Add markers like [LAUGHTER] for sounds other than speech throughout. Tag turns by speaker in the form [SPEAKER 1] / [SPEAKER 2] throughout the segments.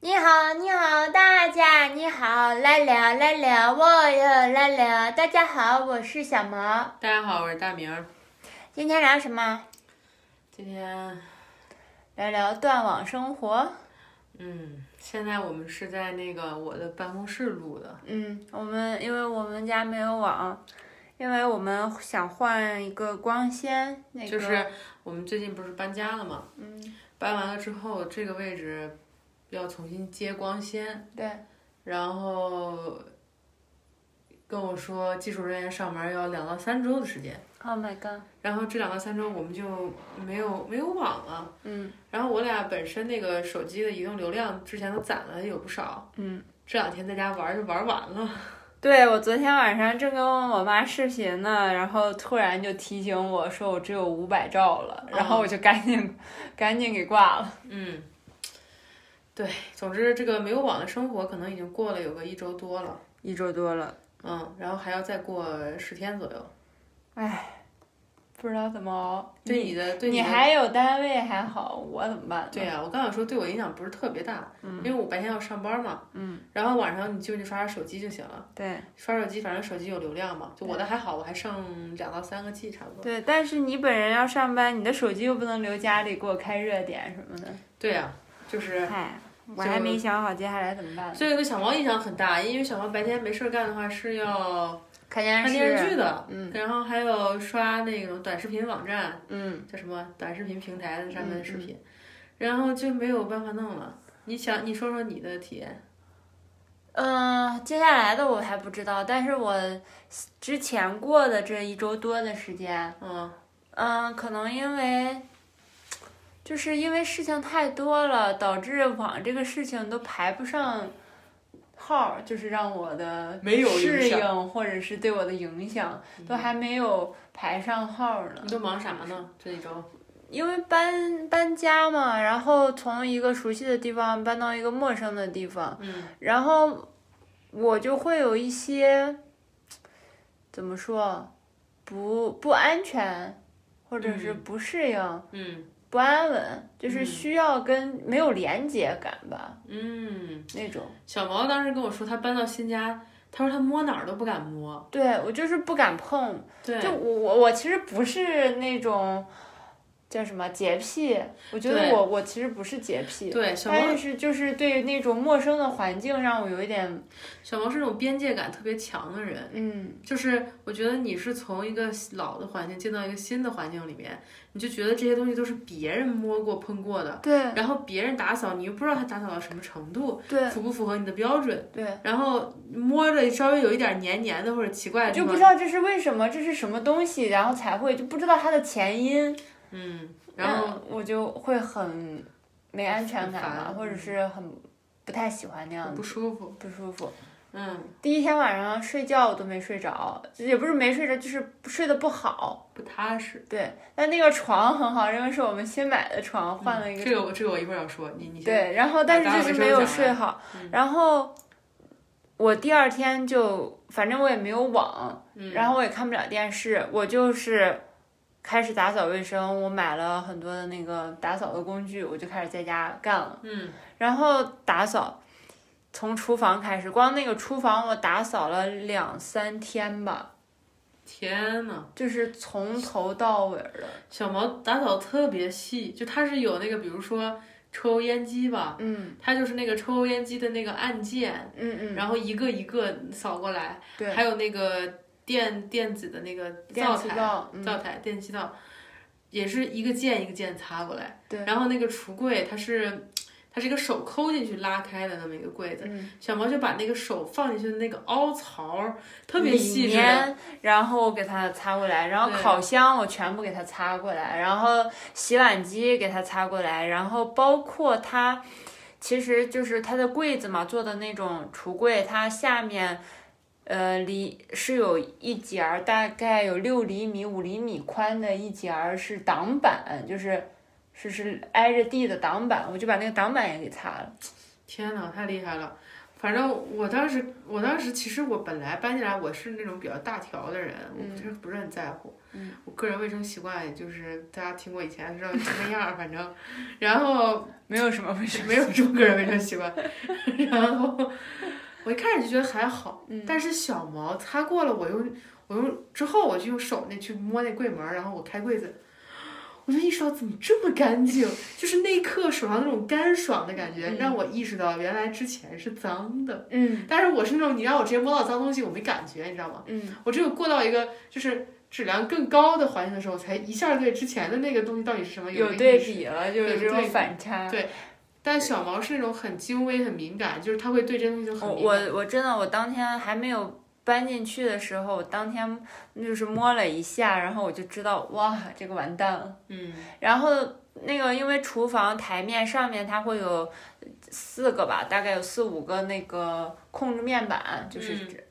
[SPEAKER 1] 好，你好，大家你好，来聊来聊，我又来聊。大家好，我是小毛。
[SPEAKER 2] 大家好，我是大明儿。
[SPEAKER 1] 今天聊什么？
[SPEAKER 2] 今天，
[SPEAKER 1] 聊聊断网生活。
[SPEAKER 2] 嗯，现在我们是在那个我的办公室录的。
[SPEAKER 1] 嗯，我们因为我们家没有网，因为我们想换一个光纤，那个
[SPEAKER 2] 就是我们最近不是搬家了吗？
[SPEAKER 1] 嗯，
[SPEAKER 2] 搬完了之后，这个位置要重新接光纤，
[SPEAKER 1] 对，
[SPEAKER 2] 然后跟我说技术人员上门要两到三周的时间。
[SPEAKER 1] Oh my god！
[SPEAKER 2] 然后这两到三周我们就没有没有网了。
[SPEAKER 1] 嗯
[SPEAKER 2] 然后我俩本身那个手机的移动流量之前都攒了有不少，
[SPEAKER 1] 嗯，
[SPEAKER 2] 这两天在家玩儿就玩儿完了。
[SPEAKER 1] 对我昨天晚上正跟我妈视频呢，然后突然就提醒我说我只有五百兆了，然后我就赶紧、 [LAUGHS] 赶紧给挂了。
[SPEAKER 2] 嗯，对，总之这个没有网的生活可能已经过了有个一周多了，
[SPEAKER 1] 一周多了。
[SPEAKER 2] 嗯，然后还要再过十天左右。
[SPEAKER 1] 不知道怎么熬。
[SPEAKER 2] 对你嗯的，对
[SPEAKER 1] 呃你
[SPEAKER 2] 的
[SPEAKER 1] 还有单位还好，我怎么办？
[SPEAKER 2] 对啊呀、我刚想说对我影响不是特别大，因为我白天要上班嘛，嗯，然后晚上你就去刷刷手机就行了，
[SPEAKER 1] 对
[SPEAKER 2] 刷手机反正手机有流量嘛，就我的还好，我还剩两到三个 G 差不多。
[SPEAKER 1] 对，但是你本人要上班，你的手机又不能留家里给我开热点什么的。
[SPEAKER 2] 对呀、就是
[SPEAKER 1] 嗨，我
[SPEAKER 2] 就
[SPEAKER 1] 还没想好接下来怎么办。
[SPEAKER 2] 所以对小毛影响很大，因为小毛白天没事儿干的话是要
[SPEAKER 1] 看
[SPEAKER 2] 看
[SPEAKER 1] 电视
[SPEAKER 2] 电视剧的，
[SPEAKER 1] 嗯
[SPEAKER 2] 然后还有刷那种短视频网站，
[SPEAKER 1] 嗯，
[SPEAKER 2] 叫什么短视频平台的上面的视
[SPEAKER 1] 嗯嗯
[SPEAKER 2] 频，然后就没有办法弄了。你想，你说说你的体验？
[SPEAKER 1] 嗯、接下来的我还不知道，但是我之前过的这一周多的时间，
[SPEAKER 2] 嗯
[SPEAKER 1] 嗯，可能因为，就是因为事情太多了，导致网这个事情都排不上号儿，就是让我的
[SPEAKER 2] 没有影
[SPEAKER 1] 适
[SPEAKER 2] 响嗯
[SPEAKER 1] 应或者是对我的影响都还没有排上号儿呢。
[SPEAKER 2] 你都忙啥
[SPEAKER 1] [LAUGHS]
[SPEAKER 2] 呢？这一周？
[SPEAKER 1] 因为搬搬家嘛，然后从一个熟悉的地方搬到一个陌生的地方，
[SPEAKER 2] 嗯
[SPEAKER 1] 然后我就会有一些怎么说不不安全，或者是不适应。
[SPEAKER 2] 嗯
[SPEAKER 1] 不安稳，就是需要跟没有连接感吧，
[SPEAKER 2] 嗯。
[SPEAKER 1] 那种。
[SPEAKER 2] 小毛当时跟我说，他搬到新家，他说他摸哪儿都不敢摸。
[SPEAKER 1] 对我就是不敢碰，
[SPEAKER 2] 对，
[SPEAKER 1] 就我我我其实不是那种叫什么洁癖，我觉得
[SPEAKER 2] 对
[SPEAKER 1] 我我其实不是洁癖，
[SPEAKER 2] 对，小毛
[SPEAKER 1] 但是就是对那种陌生的环境让我有一点
[SPEAKER 2] 小毛是那种边界感特别强的人。
[SPEAKER 1] 嗯
[SPEAKER 2] 就是我觉得你是从一个老的环境进到一个新的环境里面，你就觉得这些东西都是别人摸过碰过的，
[SPEAKER 1] 对
[SPEAKER 2] 然后别人打扫，你又不知道他打扫到什么程度，
[SPEAKER 1] 对
[SPEAKER 2] 符不符合你的标准，
[SPEAKER 1] 对，
[SPEAKER 2] 然后摸着稍微有一点黏黏的或者奇怪的地
[SPEAKER 1] 就不
[SPEAKER 2] 方，
[SPEAKER 1] 知道这是为什么，这是什么东西，然后才会就不知道它的前因，
[SPEAKER 2] 嗯，然后
[SPEAKER 1] 那我就会很没安全感
[SPEAKER 2] 很
[SPEAKER 1] 嘛，
[SPEAKER 2] 烦嗯
[SPEAKER 1] 或者是很不太喜欢那样
[SPEAKER 2] 不舒服，
[SPEAKER 1] 不舒服。
[SPEAKER 2] 嗯，
[SPEAKER 1] 第一天晚上睡觉都没睡着，也不是没睡着，就是睡得不好。
[SPEAKER 2] 不踏实。
[SPEAKER 1] 对，但那个床很好，因为是我们新买的床，换了一个。
[SPEAKER 2] 嗯这个我这个我一会儿要说，你你先，
[SPEAKER 1] 对，然后但是就是没有睡好
[SPEAKER 2] 嗯，
[SPEAKER 1] 然后我第二天就反正我也没有网，
[SPEAKER 2] 嗯
[SPEAKER 1] 然后我也看不了电视，我就是开始打扫卫生，我买了很多的那个打扫的工具，我就开始在家干了。
[SPEAKER 2] 嗯
[SPEAKER 1] 然后打扫，从厨房开始，光那个厨房我打扫了两三天吧，
[SPEAKER 2] 天呐，
[SPEAKER 1] 就是从头到尾的。
[SPEAKER 2] 小毛打扫特别细，就它是有那个，比如说抽油烟机吧，
[SPEAKER 1] 嗯
[SPEAKER 2] 它就是那个抽油烟机的那个按键，
[SPEAKER 1] 嗯嗯，
[SPEAKER 2] 然后一个一个扫过来，
[SPEAKER 1] 对，
[SPEAKER 2] 还有那个电电子的那个
[SPEAKER 1] 电
[SPEAKER 2] 哎灶
[SPEAKER 1] 磁
[SPEAKER 2] 台，
[SPEAKER 1] 灶，嗯
[SPEAKER 2] 灶台、电气灶，也是一个键一个键擦过来。
[SPEAKER 1] 对
[SPEAKER 2] 然后那个橱柜，它是它是一个手抠进去拉开的那么一个柜子，
[SPEAKER 1] 嗯，
[SPEAKER 2] 小毛就把那个手放进去的那个凹槽儿特别细
[SPEAKER 1] 里
[SPEAKER 2] 致的，
[SPEAKER 1] 面，然后我给它擦过来，然后
[SPEAKER 2] 对
[SPEAKER 1] 烤箱我全部给它擦过来，然后洗碗机给它擦过来，然后包括它。其实就是它的柜子嘛，做的那种橱柜，它下面，呃，离是有一节儿，大概有六厘米、五厘米宽的一节儿是挡板，就是是是挨着地的挡板，我就把那个挡板也给擦了。
[SPEAKER 2] 天哪，太厉害了！反正我当时，我当时其实我本来搬进来我是那种比较大条的人，我不是不是很在乎。
[SPEAKER 1] 嗯
[SPEAKER 2] 我个人卫生习惯也就是大家听过以前知道就那样儿，反正，然后
[SPEAKER 1] 没有什么卫生，
[SPEAKER 2] 哦没有什么个人卫生习惯，然后我一开始就觉得还好，
[SPEAKER 1] 嗯
[SPEAKER 2] 但是小毛擦过了，我用我用之后我就用手那去摸那柜门儿，然后我开柜子，我就意识到怎么这么干净，就是那一刻手上那种干爽的感觉，
[SPEAKER 1] 嗯
[SPEAKER 2] 让我意识到原来之前是脏的。
[SPEAKER 1] 嗯
[SPEAKER 2] 但是我是那种你让我直接摸到脏东西我没感觉，你知道吗？
[SPEAKER 1] 嗯
[SPEAKER 2] 我只有过到一个就是质量更高的环境的时候，我才一下对之前的那个东西到底是什么
[SPEAKER 1] 有
[SPEAKER 2] 一个
[SPEAKER 1] 对
[SPEAKER 2] 意识。
[SPEAKER 1] 比了，就有
[SPEAKER 2] 有
[SPEAKER 1] 这种
[SPEAKER 2] 对比
[SPEAKER 1] 反差。
[SPEAKER 2] 但小毛是那种很精微、很敏感，就是他会对这东西就很
[SPEAKER 1] 我
[SPEAKER 2] 敏感。
[SPEAKER 1] 我我真的我当天还没有搬进去的时候，我当天就是摸了一下，然后我就知道哇，这个完蛋了。
[SPEAKER 2] 嗯
[SPEAKER 1] 然后那个因为厨房台面上面它会有四个吧，大概有四五个那个控制面板，就是。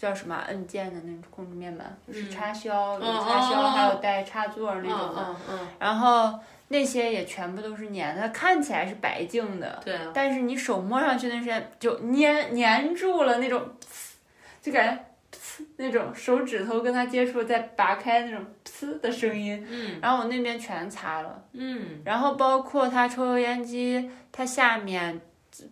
[SPEAKER 1] 叫什么按键的那种控制面板，就是
[SPEAKER 2] 嗯
[SPEAKER 1] 插销，有
[SPEAKER 2] 哦
[SPEAKER 1] 插销，
[SPEAKER 2] 哦哦
[SPEAKER 1] 还有带插座那
[SPEAKER 2] 嗯
[SPEAKER 1] 种的。
[SPEAKER 2] 嗯嗯，
[SPEAKER 1] 然后那些也全部都是粘的，它看起来是白净的，
[SPEAKER 2] 对啊，
[SPEAKER 1] 但是你手摸上去那时间就粘粘住了那种，就感觉。呲那种手指头跟它接触再拔开那种呲的声音，
[SPEAKER 2] 嗯
[SPEAKER 1] 然后我那边全擦了，
[SPEAKER 2] 嗯
[SPEAKER 1] 然后包括它抽油烟机它下面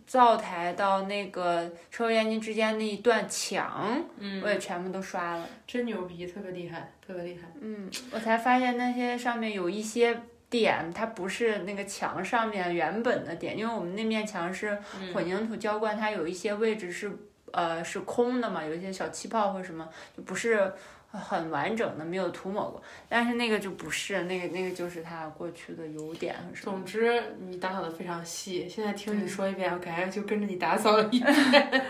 [SPEAKER 1] 灶台到那个抽油烟机之间那一段墙，
[SPEAKER 2] 嗯，
[SPEAKER 1] 我也全部都刷了。
[SPEAKER 2] 真牛逼，特别厉害，特别厉害。
[SPEAKER 1] 嗯，我才发现那些上面有一些点，它不是那个墙上面原本的点，因为我们那面墙是混凝土浇灌，它有一些位置是呃是空的嘛，有一些小气泡或者什么，就不是很完整的，没有涂抹过。但是那个就不是，那个那个就是它过去的油点和什么。
[SPEAKER 2] 总之，你打扫的非常细。现在听你说一遍，我感觉就跟着你打扫了一遍，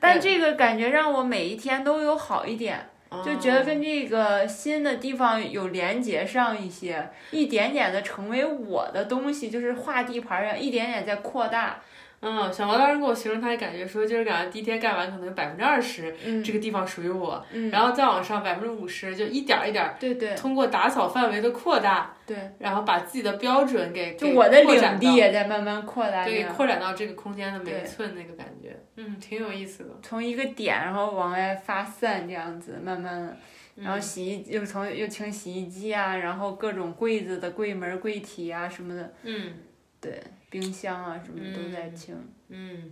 [SPEAKER 1] 但这个感觉让我每一天都有好一点， [LAUGHS] 就觉得
[SPEAKER 2] 哦
[SPEAKER 1] 跟这个新的地方有连接上一些，一点点的成为我的东西，就是画地盘儿一样，一点点在扩大。
[SPEAKER 2] 嗯，小毛当时跟我形容他的感觉说，就是感觉第一天干完可能百分之二十
[SPEAKER 1] 嗯
[SPEAKER 2] 这个地方属于我，
[SPEAKER 1] 嗯，
[SPEAKER 2] 然后再往上百分之五十，就一点儿一点儿
[SPEAKER 1] 对对
[SPEAKER 2] 通过打扫范围的扩大，
[SPEAKER 1] 对，
[SPEAKER 2] 然后把自己的标准给
[SPEAKER 1] 就
[SPEAKER 2] 给
[SPEAKER 1] 我的
[SPEAKER 2] 扩
[SPEAKER 1] 领
[SPEAKER 2] 展
[SPEAKER 1] 地
[SPEAKER 2] 到
[SPEAKER 1] 也在慢慢扩大。
[SPEAKER 2] 对，
[SPEAKER 1] 这
[SPEAKER 2] 给
[SPEAKER 1] 样
[SPEAKER 2] 扩展到这个空间的每
[SPEAKER 1] 对
[SPEAKER 2] 一寸那个感觉，嗯，挺有意思的。
[SPEAKER 1] 从一个点，然后往外发散，这样子慢慢的，
[SPEAKER 2] 嗯
[SPEAKER 1] 然后洗衣又从又清洗衣机啊，然后各种柜子的柜门儿、柜体啊什么的，
[SPEAKER 2] 嗯
[SPEAKER 1] 对，冰箱啊什么的都在清。
[SPEAKER 2] 嗯，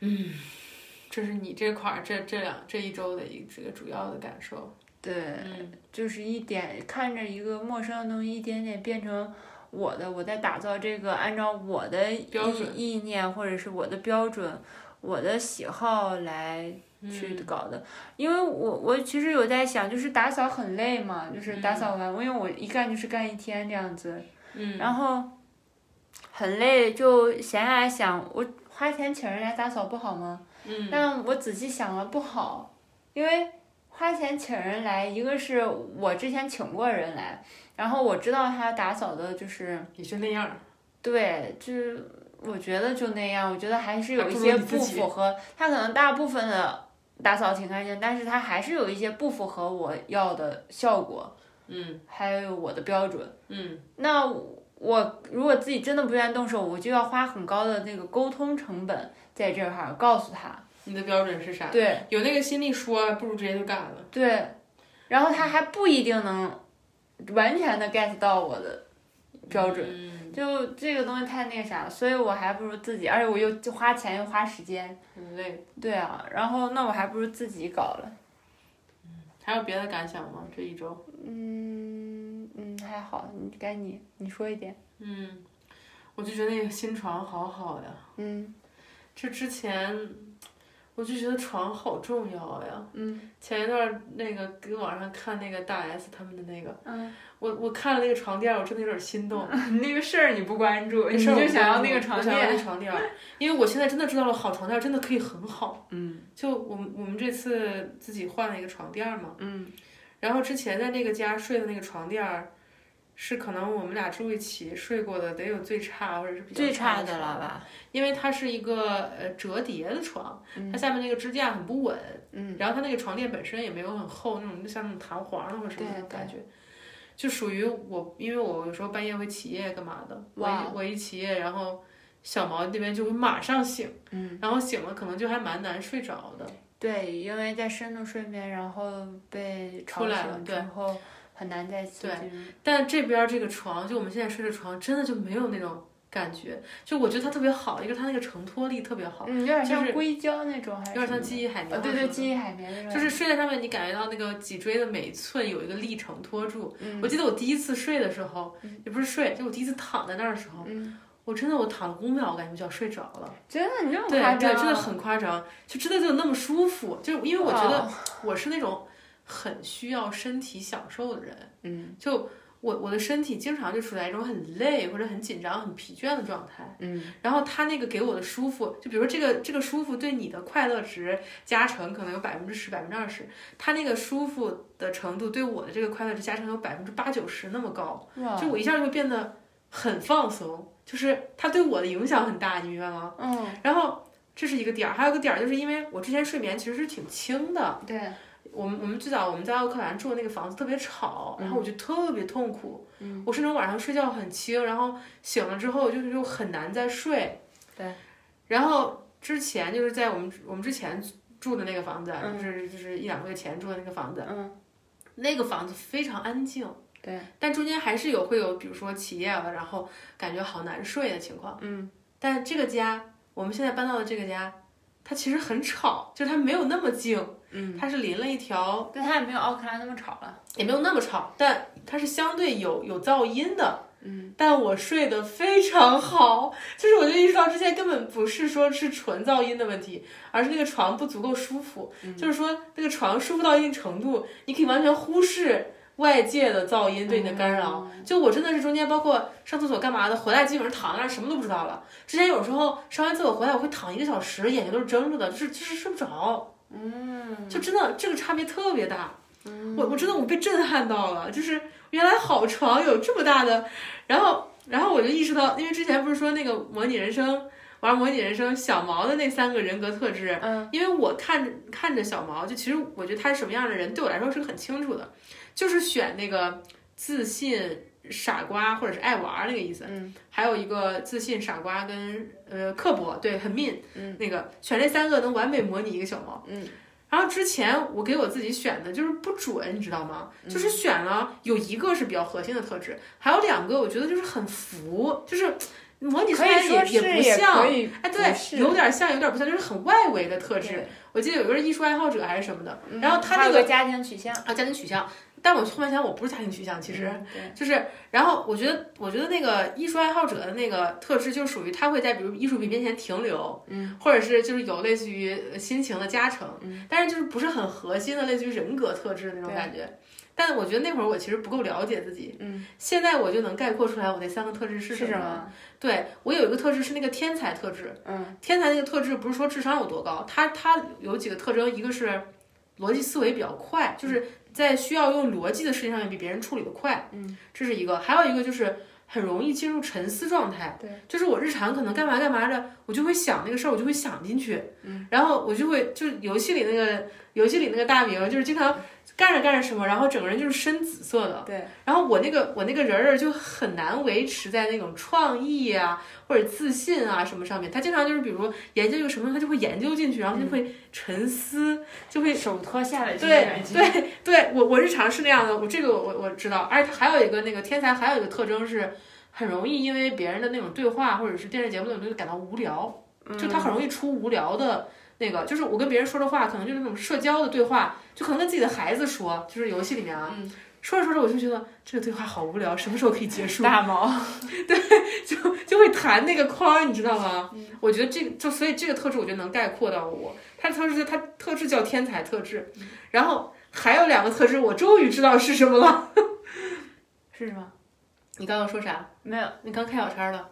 [SPEAKER 2] 嗯，这是你这块儿这这两这一周的一这个主要的感受。
[SPEAKER 1] 对，
[SPEAKER 2] 嗯
[SPEAKER 1] 就是一点看着一个陌生的东西，一点点变成我的，我在打造这个按照我的意
[SPEAKER 2] 标准
[SPEAKER 1] 意念或者是我的标准、我的喜好来
[SPEAKER 2] 嗯
[SPEAKER 1] 去搞的。因为我我其实有在想，就是打扫很累嘛，就是打扫完，因为我一干就是干一天这样子，
[SPEAKER 2] 嗯
[SPEAKER 1] 然后很累，就闲下来想，我花钱请人来打扫不好吗？
[SPEAKER 2] 嗯
[SPEAKER 1] 但我仔细想了，不好，因为花钱请人来，一个是我之前请过人来，然后我知道他打扫的就是
[SPEAKER 2] 嗯也就那样儿。
[SPEAKER 1] 对，就是我觉得就那样，我觉得还是有
[SPEAKER 2] 还
[SPEAKER 1] 一
[SPEAKER 2] 不
[SPEAKER 1] 些
[SPEAKER 2] 如你自
[SPEAKER 1] 不
[SPEAKER 2] 己
[SPEAKER 1] 符合他，可能大部分的打扫挺干净，但是他还是有一些不符合我要的效果，
[SPEAKER 2] 嗯
[SPEAKER 1] 还有我的标准。
[SPEAKER 2] 嗯
[SPEAKER 1] 那我如果自己真的不愿意动手，我就要花很高的那个沟通成本在这儿告诉他，
[SPEAKER 2] 你的标准是啊啥？
[SPEAKER 1] 对。
[SPEAKER 2] 有那个心力说，不如直接就干了。
[SPEAKER 1] 对，然后他还不一定能完全的 get 到我的标准，
[SPEAKER 2] 嗯
[SPEAKER 1] 就这个东西太那个啥了，所以我还不如自己，而且我又就花钱又花时间，
[SPEAKER 2] 很累。
[SPEAKER 1] 对啊，然后那我还不如自己搞了，
[SPEAKER 2] 还有别的感想吗？这一周？
[SPEAKER 1] 嗯嗯，还好，你该你你说一点，
[SPEAKER 2] 嗯，我就觉得那个新床好好呀。
[SPEAKER 1] 嗯
[SPEAKER 2] 这之前，我就觉得床好重要呀。
[SPEAKER 1] 嗯
[SPEAKER 2] 前一段儿那个跟网上看那个大 S 他们的那个，
[SPEAKER 1] 嗯，
[SPEAKER 2] 我我看了那个床垫儿，我真的有点心动。
[SPEAKER 1] [LAUGHS] 那个事儿你不关注，
[SPEAKER 2] 没
[SPEAKER 1] 你
[SPEAKER 2] 事儿
[SPEAKER 1] 就
[SPEAKER 2] 我
[SPEAKER 1] 想要
[SPEAKER 2] 关
[SPEAKER 1] 那
[SPEAKER 2] 注
[SPEAKER 1] 个床
[SPEAKER 2] 我想要那
[SPEAKER 1] 垫，
[SPEAKER 2] 个床垫儿，因为我现在真的知道了，好床垫儿真的可以很好。
[SPEAKER 1] 嗯
[SPEAKER 2] 就我们我们这次自己换了一个床垫儿嘛，
[SPEAKER 1] 嗯
[SPEAKER 2] 然后之前在那个家睡的那个床垫儿，是可能我们俩住一起睡过的，得有最差或者是比较
[SPEAKER 1] 最
[SPEAKER 2] 差
[SPEAKER 1] 差的
[SPEAKER 2] 床
[SPEAKER 1] 了？吧，
[SPEAKER 2] 因为它是一个呃折叠的床，它下面那个支架很不稳，
[SPEAKER 1] 嗯
[SPEAKER 2] 然后它那个床垫本身也没有很厚，那种就像那种弹簧的或者什么那种
[SPEAKER 1] 对
[SPEAKER 2] 感觉，就属于我，因为我有时候半夜会起夜干嘛的，我
[SPEAKER 1] 哇
[SPEAKER 2] 一我一起夜，然后小毛那边就会马上醒，
[SPEAKER 1] 嗯，
[SPEAKER 2] 然后醒了可能就还蛮难睡着的。
[SPEAKER 1] 对，因为在深度睡眠，然后被吵
[SPEAKER 2] 出来了
[SPEAKER 1] 醒之后，很难再次
[SPEAKER 2] 对
[SPEAKER 1] 进入。
[SPEAKER 2] 但这边这个床，就我们现在睡的床，真的就没有那种感觉。就我觉得它特别好，一个是它那个承托力特别好，
[SPEAKER 1] 嗯，有点
[SPEAKER 2] 就
[SPEAKER 1] 像
[SPEAKER 2] 是
[SPEAKER 1] 硅胶那种，还是
[SPEAKER 2] 有点像
[SPEAKER 1] 什
[SPEAKER 2] 记忆海
[SPEAKER 1] 么
[SPEAKER 2] 绵、
[SPEAKER 1] 哦，
[SPEAKER 2] 啊
[SPEAKER 1] 对对，，记忆海绵那种。
[SPEAKER 2] 就是睡在上面，你感觉到那个脊椎的每一寸有一个力承托住。
[SPEAKER 1] 嗯
[SPEAKER 2] 我记得我第一次睡的时候，也不是睡，就我第一次躺在那儿的时候，
[SPEAKER 1] 嗯，
[SPEAKER 2] 我真的我躺了五秒，我感觉就要睡着了。
[SPEAKER 1] 真的，你这么
[SPEAKER 2] 对
[SPEAKER 1] 夸
[SPEAKER 2] 对，
[SPEAKER 1] 张？
[SPEAKER 2] 真的很夸张，就真的就那么舒服。就是因为我觉
[SPEAKER 1] 哦
[SPEAKER 2] 得 [LAUGHS] 我是那种很需要身体享受的人，
[SPEAKER 1] 嗯
[SPEAKER 2] 就我我的身体经常就处在一种很累或者很紧张、很疲倦的状态。
[SPEAKER 1] 嗯
[SPEAKER 2] 然后他那个给我的舒服，就比如说这个这个舒服对你的快乐值加成可能有百分之十、百分之二十，他那个舒服的程度对我的这个快乐值加成有百分之八九十那么高，
[SPEAKER 1] 哇
[SPEAKER 2] 就我一下就变得很放松，就是他对我的影响很大，你明白吗？
[SPEAKER 1] 嗯
[SPEAKER 2] 然后这是一个点儿，还有一个点儿就是因为我之前睡眠其实是挺轻的，
[SPEAKER 1] 对
[SPEAKER 2] 我们我们最早我们在奥克兰住的那个房子特别吵，然后我就特别痛苦。
[SPEAKER 1] 嗯
[SPEAKER 2] 我是那种晚上睡觉很轻，然后醒了之后就是就很难再睡。
[SPEAKER 1] 对。
[SPEAKER 2] 然后之前就是在我们我们之前住的那个房子啊，
[SPEAKER 1] 嗯
[SPEAKER 2] 就是就是一两个月前住的那个房子，
[SPEAKER 1] 嗯
[SPEAKER 2] 那个房子非常安静，
[SPEAKER 1] 对
[SPEAKER 2] 但中间还是有会有比如说起夜了，然后感觉好难睡的情况。
[SPEAKER 1] 嗯
[SPEAKER 2] 但这个家，我们现在搬到的这个家，它其实很吵，就是它没有那么静，
[SPEAKER 1] 嗯，
[SPEAKER 2] 它是临了一条
[SPEAKER 1] 但它也没有奥克兰那么吵了。
[SPEAKER 2] 也没有那么吵，但它是相对有有噪音的。
[SPEAKER 1] 嗯，
[SPEAKER 2] 但我睡得非常好， [LAUGHS] 就是我就意识到之前根本不是说是纯噪音的问题，而是那个床不足够舒服，
[SPEAKER 1] 嗯
[SPEAKER 2] 就是说那个床舒服到一定程度，你可以完全忽视外界的噪音对你的干扰。
[SPEAKER 1] 哦
[SPEAKER 2] 就我真的是中间包括上厕所干嘛的，回来基本上躺在那儿什么都不知道了。之前有时候上完厕所回来，我会躺一个小时，眼睛都是睁着的，就是就是睡不着，
[SPEAKER 1] 嗯
[SPEAKER 2] 就真的这个差别特别大。
[SPEAKER 1] 嗯
[SPEAKER 2] 我我真的我被震撼到了，就是原来好床有这么大的，然后然后我就意识到，因为之前不是说那个模拟人生玩模拟人生小毛的那三个人格特质，
[SPEAKER 1] 嗯
[SPEAKER 2] 因为我看着看着小毛，就其实我觉得他是什么样的人，对我来说是很清楚的，就是选那个自信傻瓜或者是爱玩儿那个意思。
[SPEAKER 1] 嗯
[SPEAKER 2] 还有一个自信、傻瓜跟呃刻薄，对，很 mean，
[SPEAKER 1] 嗯，
[SPEAKER 2] 那个选这三个能完美模拟一个小猫，
[SPEAKER 1] 嗯。
[SPEAKER 2] 然后之前我给我自己选的就是不准，你知道吗？
[SPEAKER 1] 嗯
[SPEAKER 2] 就是选了有一个是比较核心的特质，还有两个我觉得就是很浮，就是嗯模拟出
[SPEAKER 1] 可以
[SPEAKER 2] 来
[SPEAKER 1] 说
[SPEAKER 2] 也
[SPEAKER 1] 是
[SPEAKER 2] 不像
[SPEAKER 1] 可，以
[SPEAKER 2] 哎，
[SPEAKER 1] 不
[SPEAKER 2] 对，
[SPEAKER 1] 是
[SPEAKER 2] 有点像，有点不像，就是很外围的特质。
[SPEAKER 1] 对
[SPEAKER 2] 我记得有个人艺术爱好者还是什么的
[SPEAKER 1] 嗯
[SPEAKER 2] 然后他
[SPEAKER 1] 还有
[SPEAKER 2] 那个
[SPEAKER 1] 个家庭取向，
[SPEAKER 2] 啊，家庭取向，但我后面想我不是家庭取向，其实。
[SPEAKER 1] 嗯对
[SPEAKER 2] 就是，然后我觉得，我觉得那个艺术爱好者的那个特质，就属于他会在比如艺术品面前停留，
[SPEAKER 1] 嗯，
[SPEAKER 2] 或者是就是有类似于呃心情的加成，
[SPEAKER 1] 嗯，
[SPEAKER 2] 但是就是不是很核心的类似于人格特质的那种
[SPEAKER 1] 对
[SPEAKER 2] 感觉。但我觉得那会儿我其实不够了解自己，
[SPEAKER 1] 嗯
[SPEAKER 2] 现在我就能概括出来我那三个特质是
[SPEAKER 1] 是
[SPEAKER 2] 什
[SPEAKER 1] 什
[SPEAKER 2] 么。
[SPEAKER 1] 么？
[SPEAKER 2] 对我有一个特质是那个天才特质，
[SPEAKER 1] 嗯
[SPEAKER 2] 天才那个特质不是说智商有多高，他他有几个特征，一个是逻辑思维比较快，就是在需要用逻辑的事情上面比别人处理的快，
[SPEAKER 1] 嗯，
[SPEAKER 2] 这是一个；还有一个就是很容易进入沉思状态，
[SPEAKER 1] 对，
[SPEAKER 2] 就是我日常可能干嘛干嘛的，我就会想那个事儿，我就会想进去，嗯，然后我就会就是游戏里那个游戏里那个大明就是经常干着干着什么，然后整个人就是深紫色的，
[SPEAKER 1] 对，
[SPEAKER 2] 然后我那个我那个人儿就很难维持在那种创意啊或者自信啊什么上面，他经常就是比如研究一个什么，他就会研究进去，
[SPEAKER 1] 嗯
[SPEAKER 2] 然后就会沉思，就会
[SPEAKER 1] 手托下来就
[SPEAKER 2] 对对对，我我日常是那样的，我这个我我我知道，而且他还有一个那个天才还有一个特征是，很容易因为别人的那种对话或者是电视节目那种东西感到无聊，
[SPEAKER 1] 嗯
[SPEAKER 2] 就他很容易出无聊的。那个就是我跟别人说的话，可能就是那种社交的对话，就可能跟自己的孩子说，就是游戏里面啊，
[SPEAKER 1] 嗯
[SPEAKER 2] 说着说着我就觉得这个对话好无聊，什么时候可以结束？
[SPEAKER 1] 大毛，
[SPEAKER 2] [LAUGHS] 就就会弹那个框儿，你知道吗？
[SPEAKER 1] 嗯
[SPEAKER 2] 我觉得这个就所以这个特质，我觉得能概括到我。他的特质，他特质叫天才特质，
[SPEAKER 1] 嗯
[SPEAKER 2] 然后还有两个特质，我终于知道是什么了。
[SPEAKER 1] 是什么？
[SPEAKER 2] 你刚刚说啥？
[SPEAKER 1] 没有，
[SPEAKER 2] 你刚开小差了？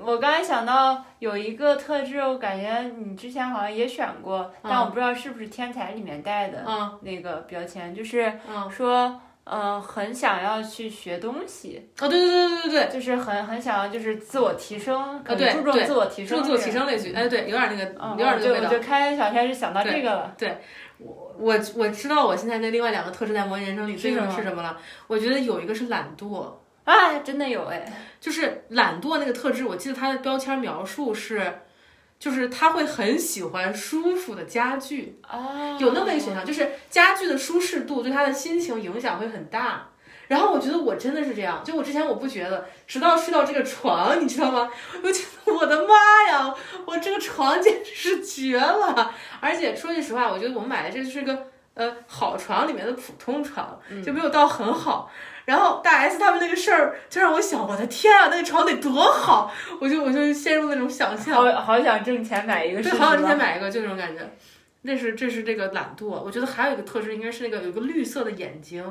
[SPEAKER 1] 我刚才想到有一个特质，我感觉你之前好像也选过，但我不知道是不是天才里面带的
[SPEAKER 2] 嗯
[SPEAKER 1] 那个标签，就是
[SPEAKER 2] 嗯，
[SPEAKER 1] 说。呃，很想要去学东西，
[SPEAKER 2] 哦，对对对对对对。哦
[SPEAKER 1] 就是很很想要，就是自我提升，很
[SPEAKER 2] 对
[SPEAKER 1] 注重
[SPEAKER 2] 对
[SPEAKER 1] 自我提升
[SPEAKER 2] 说
[SPEAKER 1] 这个，
[SPEAKER 2] 自我提升类似于，哎，对，有点那个，
[SPEAKER 1] 嗯，
[SPEAKER 2] 有点
[SPEAKER 1] 我
[SPEAKER 2] 那个
[SPEAKER 1] 就
[SPEAKER 2] 味
[SPEAKER 1] 我
[SPEAKER 2] 道。
[SPEAKER 1] 就开小开始想到这个了，
[SPEAKER 2] 我我我知道我现在那另外两个特质在模拟人生里
[SPEAKER 1] 是
[SPEAKER 2] 对应的
[SPEAKER 1] 什么
[SPEAKER 2] 是什么了。我觉得有一个是懒惰，
[SPEAKER 1] 啊，真的有哎，
[SPEAKER 2] 就是懒惰那个特质，我记得它的标签描述是，就是他会很喜欢舒服的家具，
[SPEAKER 1] 啊
[SPEAKER 2] 有那么一个选项，就是家具的舒适度对他的心情影响会很大。然后我觉得我真的是这样，就我之前我不觉得，直到睡到这个床， [LAUGHS] 你知道吗？我觉得我的妈呀，我这个床简直是绝了！而且说句实话，我觉得我们买的这是个呃好床里面的普通床，就没有到很好。然后大 S 他们那个事儿，就让我想，我的天啊，那个床得多好！我就我就陷入那种想象，
[SPEAKER 1] 好好想挣钱买一个，
[SPEAKER 2] 对，好想之前买一个，就这种感觉。那是这是这个懒惰，我觉得还有一个特质应该是那个有一个绿色的眼睛，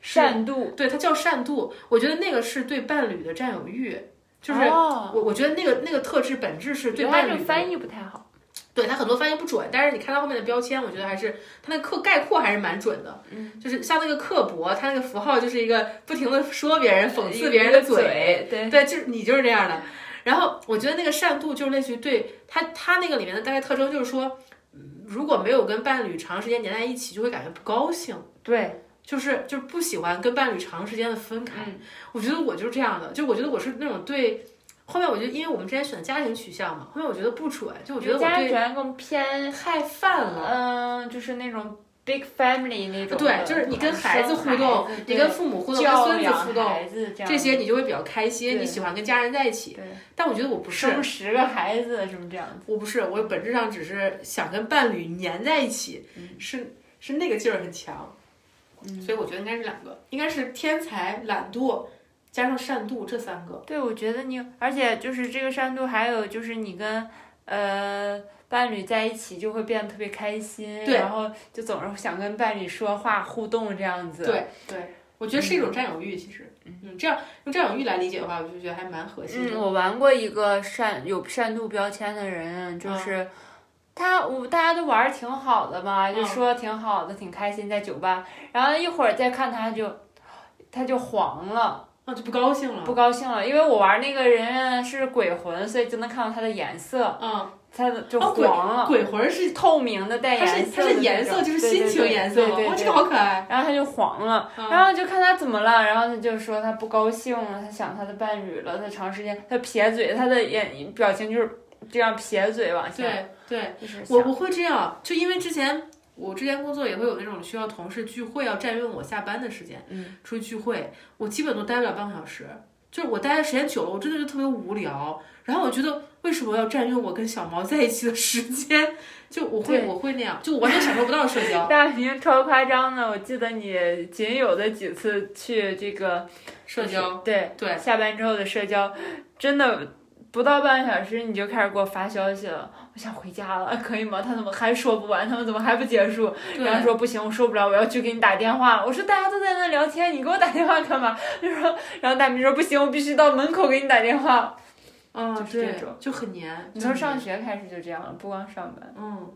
[SPEAKER 1] 善妒，
[SPEAKER 2] 对，它叫善妒。我觉得那个是对伴侣的占有欲，就是
[SPEAKER 1] 哦、
[SPEAKER 2] 我我觉得那个那个特质本质是对
[SPEAKER 1] 原来
[SPEAKER 2] 伴
[SPEAKER 1] 这个
[SPEAKER 2] 侣，
[SPEAKER 1] 翻译不太好，
[SPEAKER 2] 对它很多翻译不准，但是你看它后面的标签，我觉得还是它那个刻概括还是蛮准的。嗯，就是像那个刻薄，它那个符号就是一个不停的说别人、讽刺别人的
[SPEAKER 1] 一个嘴，对，
[SPEAKER 2] 对，就是你就是这样的。然后我觉得那个善妒就是类似于对他他那个里面的大概特征就是说，嗯如果没有跟伴侣长时间黏在一起，就会感觉不高兴，
[SPEAKER 1] 对，
[SPEAKER 2] 就是就是不喜欢跟伴侣长时间的分开。
[SPEAKER 1] 嗯
[SPEAKER 2] 我觉得我就是这样的，就我觉得我是那种对。后面我就因为我们之前选的家庭取向嘛，后面我觉得不准，就我觉得我
[SPEAKER 1] 家
[SPEAKER 2] 对
[SPEAKER 1] 全更偏，
[SPEAKER 2] 太泛了。呃
[SPEAKER 1] 嗯，就是那种 big family 那种的，
[SPEAKER 2] 对，就是你跟孩子互动
[SPEAKER 1] 生孩子，
[SPEAKER 2] 你跟父母互动，
[SPEAKER 1] 对
[SPEAKER 2] 跟
[SPEAKER 1] 教
[SPEAKER 2] 孙子
[SPEAKER 1] 养
[SPEAKER 2] 互动，
[SPEAKER 1] 孩子这样
[SPEAKER 2] 这些你就会比较开心，
[SPEAKER 1] 对
[SPEAKER 2] 你喜欢跟家人在一起。
[SPEAKER 1] 对，
[SPEAKER 2] 但我觉得我不是，
[SPEAKER 1] 生十个孩子什么这样子，
[SPEAKER 2] 我不是，我本质上只是想跟伴侣粘在一起，
[SPEAKER 1] 嗯
[SPEAKER 2] 是是那个劲儿很强，所以我觉得应该是两个，应该是天才、懒惰加上善妒这三个。
[SPEAKER 1] 对，我觉得你，而且就是这个善度，还有就是你跟呃伴侣在一起就会变得特别开心，
[SPEAKER 2] 对
[SPEAKER 1] 然后就总是想跟伴侣说话互动这样子，
[SPEAKER 2] 对对，我觉得是一种占有欲，其实，嗯，这样用占有欲来理解的话，我就觉得还蛮核心
[SPEAKER 1] 嗯，
[SPEAKER 2] 的。
[SPEAKER 1] 我玩过一个善有善度标签的人，就是、他，我大家都玩儿挺好的嘛，就
[SPEAKER 2] 嗯
[SPEAKER 1] 说挺好的，挺开心，在酒吧。然后一会儿再看他就，他就黄了，
[SPEAKER 2] 那啊就不高兴了。
[SPEAKER 1] 不高兴了，因为我玩那个人是鬼魂，所以就能看到他的颜色，
[SPEAKER 2] 嗯，
[SPEAKER 1] 他的就
[SPEAKER 2] 哦鬼
[SPEAKER 1] 黄了，
[SPEAKER 2] 鬼魂儿是
[SPEAKER 1] 透明的带
[SPEAKER 2] 它
[SPEAKER 1] 颜
[SPEAKER 2] 是
[SPEAKER 1] 色
[SPEAKER 2] 它
[SPEAKER 1] 的
[SPEAKER 2] 是
[SPEAKER 1] 那
[SPEAKER 2] 颜色，
[SPEAKER 1] 种
[SPEAKER 2] 就是
[SPEAKER 1] 对
[SPEAKER 2] 心
[SPEAKER 1] 对
[SPEAKER 2] 情
[SPEAKER 1] 对
[SPEAKER 2] 颜色
[SPEAKER 1] 对
[SPEAKER 2] 嘛。
[SPEAKER 1] 对
[SPEAKER 2] 哇，这
[SPEAKER 1] 对
[SPEAKER 2] 个好可爱。
[SPEAKER 1] 然后他就黄了，
[SPEAKER 2] 嗯
[SPEAKER 1] 然后就看他怎么了，然后他就说他不高兴了，他想他的伴侣了，他长时间他撇嘴，他的眼表情就是这样撇嘴往下，
[SPEAKER 2] 对对，
[SPEAKER 1] 就是想
[SPEAKER 2] 我我会这样，就因为之前我之前工作也会有那种需要同事聚会，要占用我下班的时间，
[SPEAKER 1] 嗯，
[SPEAKER 2] 出去聚会，我基本都待不了半个小时。就是我待的时间久了，我真的就特别无聊。然后我觉得为什么要占用我跟小毛在一起的时间？就我会
[SPEAKER 1] 对
[SPEAKER 2] 我会那样，就我完全享受不到社
[SPEAKER 1] [LAUGHS]
[SPEAKER 2] 交。
[SPEAKER 1] 大明超夸张的，我记得你仅有的几次去这个
[SPEAKER 2] 社交，
[SPEAKER 1] 对
[SPEAKER 2] 对
[SPEAKER 1] 下班之后的社交，真的不到半个小时你就开始给我发消息了，我想回家了， [LAUGHS] 可以吗？他怎么还说不完？他们怎么还不结束？然后
[SPEAKER 2] 对
[SPEAKER 1] 说不行，我受不了，我要去给你打电话了。我说大家都在那聊天，你给我打电话干嘛？他说，然后大明说不行，我必须到门口给你打电话。
[SPEAKER 2] 啊
[SPEAKER 1] 就是
[SPEAKER 2] 对
[SPEAKER 1] 这种，
[SPEAKER 2] 就很黏。
[SPEAKER 1] 嗯你
[SPEAKER 2] 就很
[SPEAKER 1] 从上
[SPEAKER 2] 黏
[SPEAKER 1] 学开始就这样了，不光上班。
[SPEAKER 2] 嗯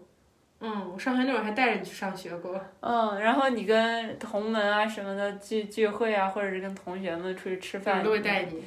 [SPEAKER 2] 嗯，我上学那会儿还带着你去上学过。
[SPEAKER 1] 嗯，然后你跟同门啊什么的聚聚会啊，或者是跟同学们出去吃
[SPEAKER 2] 我
[SPEAKER 1] 饭，
[SPEAKER 2] 都会带你。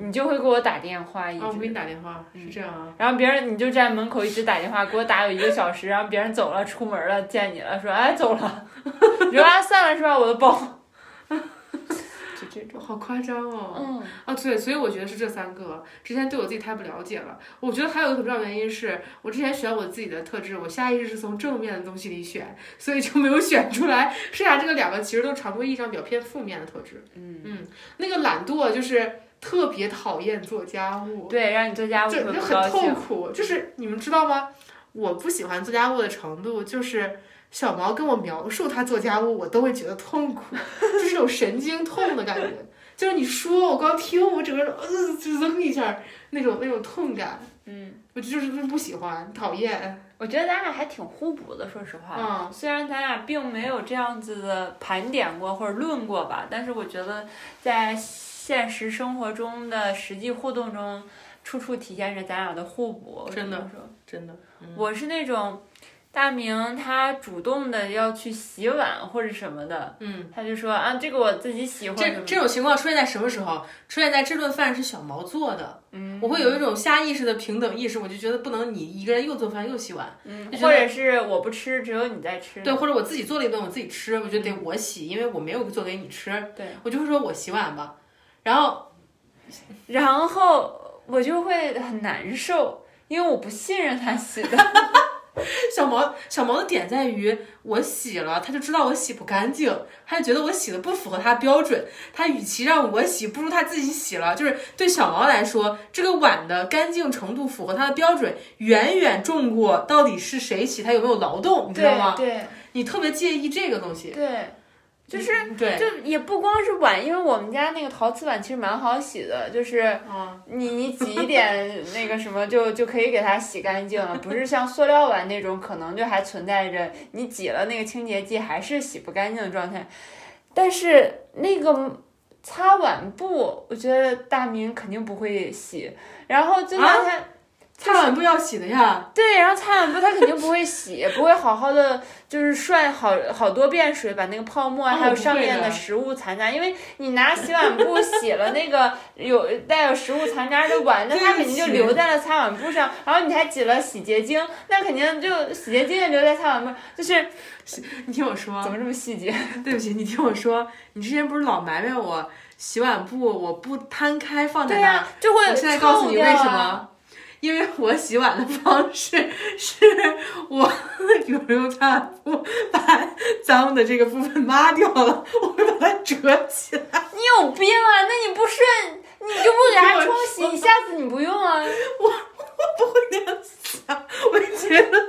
[SPEAKER 1] 你就会给我打电话一
[SPEAKER 2] 啊，我给
[SPEAKER 1] 直。
[SPEAKER 2] 你打电话，
[SPEAKER 1] 嗯
[SPEAKER 2] 是这样啊。
[SPEAKER 1] 然后别人你就站门口一直打电话，给我打有一个小时，然后别人走了，出门了，见你了，说哎走了， [LAUGHS] 你说啊散了是吧？我的包， [LAUGHS] 就这种，
[SPEAKER 2] 好夸张哦。
[SPEAKER 1] 嗯，
[SPEAKER 2] 啊，对，所以我觉得是这三个。之前对我自己太不了解了。我觉得还有一个很重要的原因是我之前选我自己的特质，我下意识是从正面的东西里选，所以就没有选出来。剩下这个两个其实都是常规意义上比较偏负面的特质。
[SPEAKER 1] 嗯
[SPEAKER 2] 那个懒惰就是特别讨厌做家务，
[SPEAKER 1] 对，让你做家务
[SPEAKER 2] 就
[SPEAKER 1] 会
[SPEAKER 2] 就
[SPEAKER 1] 不
[SPEAKER 2] 很
[SPEAKER 1] 高
[SPEAKER 2] 痛
[SPEAKER 1] 兴。
[SPEAKER 2] 苦。就是你们知道吗？我不喜欢做家务的程度就是。小毛跟我描述他做家务，我都会觉得痛苦，就是有神经痛的感觉。就是你说，我光听，我整个人呃就扔一下儿那种那种痛感，
[SPEAKER 1] 嗯，
[SPEAKER 2] 我就是不喜欢，讨厌。
[SPEAKER 1] 我觉得咱俩还挺互补的，说实话。
[SPEAKER 2] 嗯，
[SPEAKER 1] 虽然咱俩并没有这样子的盘点过或者论过吧，但是我觉得在现实生活中的实际互动中，处处体现着咱俩的互补。我只
[SPEAKER 2] 真的
[SPEAKER 1] 能说，
[SPEAKER 2] 真的，
[SPEAKER 1] 我是那种大明他主动的要去洗碗或者什么的，
[SPEAKER 2] 嗯。
[SPEAKER 1] 他就说啊这个我自己洗或者什
[SPEAKER 2] 这
[SPEAKER 1] 么
[SPEAKER 2] 这种情况出现在什么时候？出现在这顿饭是小毛做的，嗯，我会有一种下意识的平等意识，我就觉得不能你一个人又做饭又洗碗，
[SPEAKER 1] 嗯，
[SPEAKER 2] 就觉
[SPEAKER 1] 或者是我不吃，只有你在吃。嗯
[SPEAKER 2] 对，或者我自己做了一顿我自己吃，我觉得得我洗，因为我没有做给你吃，
[SPEAKER 1] 对，
[SPEAKER 2] 我就会说我洗碗吧。然后
[SPEAKER 1] 然后我就会很难受，因为我不信任他洗 [LAUGHS] 的。
[SPEAKER 2] 小毛小毛的点在于，我洗了，他就知道我洗不干净，他就觉得我洗的不符合他标准。他与其让我洗，不如他自己洗了。就是对小毛来说，这个碗的干净程度符合他的标准，远远重过到底是谁洗，他有没有劳动，你知道吗？
[SPEAKER 1] 对
[SPEAKER 2] 你特别介意这个东西，嗯
[SPEAKER 1] 对对，就是
[SPEAKER 2] 对，
[SPEAKER 1] 就也不光是碗，因为我们家那个陶瓷碗其实蛮好洗的，就是
[SPEAKER 2] 啊，
[SPEAKER 1] 你你挤一点那个什么就就可以给它洗干净了，不是像塑料碗那种可能就还存在着你挤了那个清洁剂还是洗不干净的状态。但是那个擦碗布，我觉得大明肯定不会洗，然后就让他、
[SPEAKER 2] 擦碗布要洗的呀。
[SPEAKER 1] 对，然后擦碗布他肯定不会洗，不会好好的就是涮好好多遍水，把那个泡沫啊，
[SPEAKER 2] 哦
[SPEAKER 1] 还有
[SPEAKER 2] 不会
[SPEAKER 1] 上面
[SPEAKER 2] 的
[SPEAKER 1] 的食物残渣，因为你拿洗碗布洗了那个有带有食物残渣的碗，那它
[SPEAKER 2] 对
[SPEAKER 1] 肯
[SPEAKER 2] 不
[SPEAKER 1] 定就
[SPEAKER 2] 起
[SPEAKER 1] 留在了擦碗布上，然后你还挤了洗洁精，那肯定就洗洁精也留在擦碗布，就是
[SPEAKER 2] 你听我说，
[SPEAKER 1] 怎么这么细节？
[SPEAKER 2] [LAUGHS] 对不起，你听我说，你之前不是老埋怨我洗碗布我不摊开放在
[SPEAKER 1] 对
[SPEAKER 2] 那
[SPEAKER 1] 呀、
[SPEAKER 2] 儿？
[SPEAKER 1] 就会
[SPEAKER 2] 我现在
[SPEAKER 1] 臭
[SPEAKER 2] 告诉你为
[SPEAKER 1] 掉
[SPEAKER 2] 什
[SPEAKER 1] 啊。
[SPEAKER 2] 么，因为我洗碗的方式是我 [LAUGHS] 有用擦碗布把脏的这个部分抹掉了，我会把它折起来。
[SPEAKER 1] 你有病啊！那你不顺，你就不给它
[SPEAKER 2] 我
[SPEAKER 1] 冲洗，你下次你不用啊。 [LAUGHS]
[SPEAKER 2] [LAUGHS] 我觉得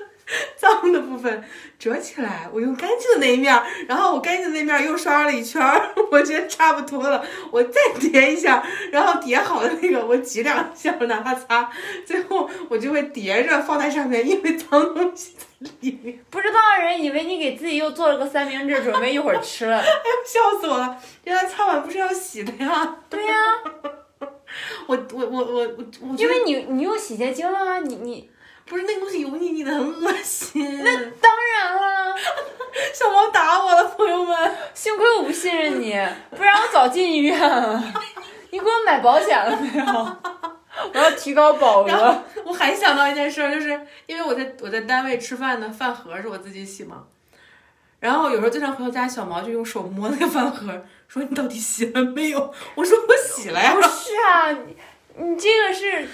[SPEAKER 2] 脏的部分折起来，我用干净的那一面儿，然后我干净的那面儿又刷了一圈儿， [LAUGHS] 我觉得差不多了，我再叠一下，然后叠好的那个我挤两下，我拿它擦，最后我就会叠着放在上面，因为脏东西在里面。
[SPEAKER 1] 不知道的人以为你给自己又做了个三明治，准备一会儿吃了。
[SPEAKER 2] 笑死我了！原来擦碗不是要洗的呀？ [LAUGHS]
[SPEAKER 1] 对呀、
[SPEAKER 2] 我我我我我我觉
[SPEAKER 1] 因
[SPEAKER 2] 得
[SPEAKER 1] 为你你用洗洁精了啊，你你
[SPEAKER 2] 不是那个东西油腻腻的，很恶心。 [LAUGHS]
[SPEAKER 1] 当然了，
[SPEAKER 2] 小毛打我了，朋友们。
[SPEAKER 1] 幸亏我不信任
[SPEAKER 2] [LAUGHS]
[SPEAKER 1] 你，不然我早进医院了。你给我买保险了没有？
[SPEAKER 2] [LAUGHS]
[SPEAKER 1] 我要提高保
[SPEAKER 2] 然后
[SPEAKER 1] 额。
[SPEAKER 2] [LAUGHS] 我还想到一件事儿，就是因为我在我在单位吃饭的饭盒是我自己洗嘛，然后有时候经常回到家，小毛就用手摸那个饭盒，说你到底洗了没有？我说我洗了呀
[SPEAKER 1] 不。是啊，你你这个是，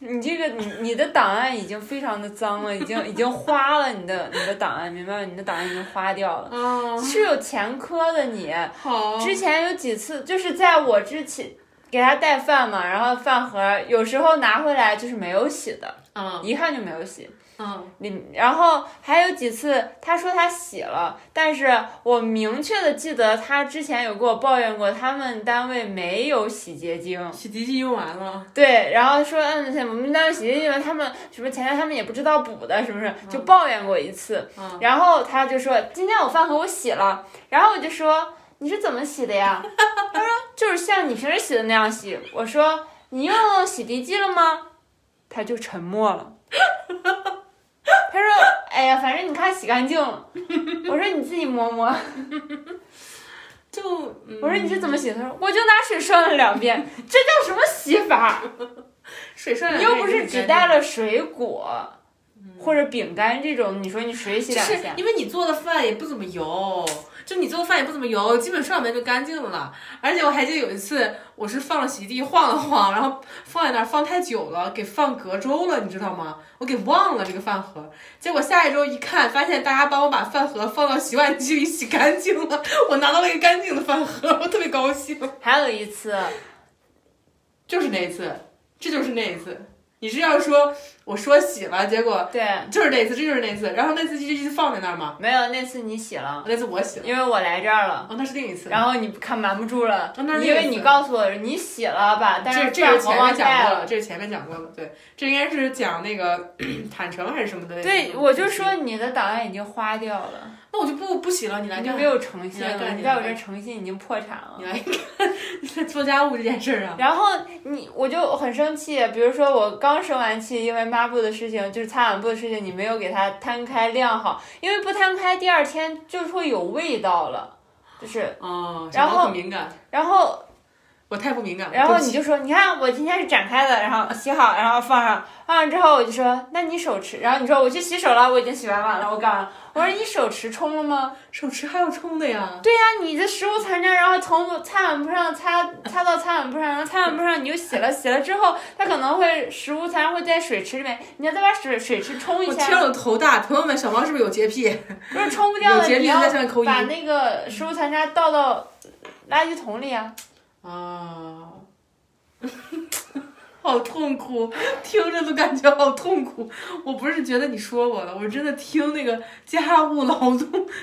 [SPEAKER 1] 你这个你你的档案已经非常的脏了，已经 [LAUGHS] 已经花了你的你的档案，明白吗？你的档案已经花掉了，
[SPEAKER 2] 嗯，
[SPEAKER 1] 是有前科的你。
[SPEAKER 2] 好，
[SPEAKER 1] 之前有几次，就是在我之前给他带饭嘛，然后饭盒有时候拿回来就是没有洗的，
[SPEAKER 2] 嗯
[SPEAKER 1] 一看就没有洗。
[SPEAKER 2] 嗯，
[SPEAKER 1] 里然后还有几次，他说他洗了，但是我明确的记得他之前有给我抱怨过，他们单位没有洗洁精。
[SPEAKER 2] 洗涤剂用完了，
[SPEAKER 1] 对，然后说嗯，我们单位洗洁精他们什么前天他们也不知道补的，是不是就抱怨过一次。
[SPEAKER 2] 嗯，
[SPEAKER 1] 然后他就说：“今天我饭盒我洗了。”然后我就说：“你是怎么洗的呀？” [LAUGHS] 他说：“就是像你平时洗的那样洗。”我说：“你用洗涤剂了吗？”他就沉默了。他说：“哎呀，反正你看洗干净了。”我说：“你自己摸摸。
[SPEAKER 2] 就”嗯
[SPEAKER 1] 我说：“你是怎么洗的？”他说：“我就拿水涮了两遍。”这叫什么洗法？
[SPEAKER 2] 水涮
[SPEAKER 1] 你
[SPEAKER 2] 两
[SPEAKER 1] [LAUGHS] 又
[SPEAKER 2] 遍
[SPEAKER 1] 不是只带了水果或者饼干这种，你说你水洗
[SPEAKER 2] 就
[SPEAKER 1] 两
[SPEAKER 2] 是
[SPEAKER 1] 下？
[SPEAKER 2] 因为你做的饭也不怎么油，就你做的饭也不怎么油，基本上面就干净了。而且我还记得有一次，我是放了洗涤剂晃了晃，然后放在那儿放太久了，给放隔周了，你知道吗？我给忘了这个饭盒。结果下一周一看，发现大家帮我把饭盒放到洗碗机里洗干净了， [LAUGHS] 我拿到了一个干净的饭盒， [LAUGHS] 我特别高兴。
[SPEAKER 1] 还有一次，
[SPEAKER 2] 就是那一次，这就是那一次。你是要说我说洗了，结果
[SPEAKER 1] 对，
[SPEAKER 2] 就是那一次，这就是那一次。然后那次就一直放在那儿嘛，
[SPEAKER 1] 没有，那次你洗了，
[SPEAKER 2] 那次我洗了。
[SPEAKER 1] 因为我来这儿了。
[SPEAKER 2] 哦，那是另一次。
[SPEAKER 1] 然后你看瞒不住了，
[SPEAKER 2] 哦那是
[SPEAKER 1] 因为
[SPEAKER 2] 另一
[SPEAKER 1] 你
[SPEAKER 2] 次
[SPEAKER 1] 告诉我你洗了吧，但
[SPEAKER 2] 这
[SPEAKER 1] 是
[SPEAKER 2] 这
[SPEAKER 1] 饭
[SPEAKER 2] 个
[SPEAKER 1] 盒
[SPEAKER 2] 前面
[SPEAKER 1] 忘
[SPEAKER 2] 讲
[SPEAKER 1] 带
[SPEAKER 2] 过
[SPEAKER 1] 了。
[SPEAKER 2] 了，这是前面讲过了，对，这应该是讲那个 [CLEARS THROAT] 坦诚还是什么的。
[SPEAKER 1] 对，我就，说你的档案已经花掉了，
[SPEAKER 2] 那我就不不洗了，你来
[SPEAKER 1] 你就
[SPEAKER 2] 干
[SPEAKER 1] 没，有诚信
[SPEAKER 2] 你来
[SPEAKER 1] 了，
[SPEAKER 2] 干
[SPEAKER 1] 你
[SPEAKER 2] 你
[SPEAKER 1] 在
[SPEAKER 2] 来
[SPEAKER 1] 我这儿
[SPEAKER 2] 干
[SPEAKER 1] 诚信已经破产了
[SPEAKER 2] 你。来干
[SPEAKER 1] 嗯
[SPEAKER 2] 你 [LAUGHS] 在做家务这件事儿啊，
[SPEAKER 1] 然后你我就很生气，比如说我刚生完气，因为抹布的事情，就是擦碗布的事情，你没有给它摊开晾好，因为不摊开第二天就会有味道了，就是
[SPEAKER 2] 哦，
[SPEAKER 1] 然
[SPEAKER 2] 小
[SPEAKER 1] 后
[SPEAKER 2] 猫很敏感，
[SPEAKER 1] 然后
[SPEAKER 2] 我太不敏感了。
[SPEAKER 1] 然后
[SPEAKER 2] 对不
[SPEAKER 1] 你
[SPEAKER 2] 起
[SPEAKER 1] 就说，你看我今天是展开的，然后洗好，然后放上，放上之后我就说，那你手持，然后你说我去洗手了，我已经洗完碗了，我干完了。我说你手持冲了吗？
[SPEAKER 2] 手持还要冲的呀，
[SPEAKER 1] 对呀、你的食物残渣，然后从擦碗布上擦擦到擦碗布上，然后擦碗布上你又洗了，洗了之后它可能会食物残渣会在水池里面，你要再把水水池冲一
[SPEAKER 2] 我
[SPEAKER 1] 下
[SPEAKER 2] 听，了头大。朋友们，小猫是不是有洁癖？
[SPEAKER 1] 如果冲不掉
[SPEAKER 2] 有
[SPEAKER 1] 了，
[SPEAKER 2] 洁
[SPEAKER 1] 你
[SPEAKER 2] 癖
[SPEAKER 1] 要
[SPEAKER 2] 的在下面扣一。
[SPEAKER 1] 把那个食物残渣倒到垃圾桶里啊。
[SPEAKER 2] 啊， [LAUGHS] 好痛苦，听着都感觉好痛苦。我不是觉得你说我了，我真的听那个家务劳动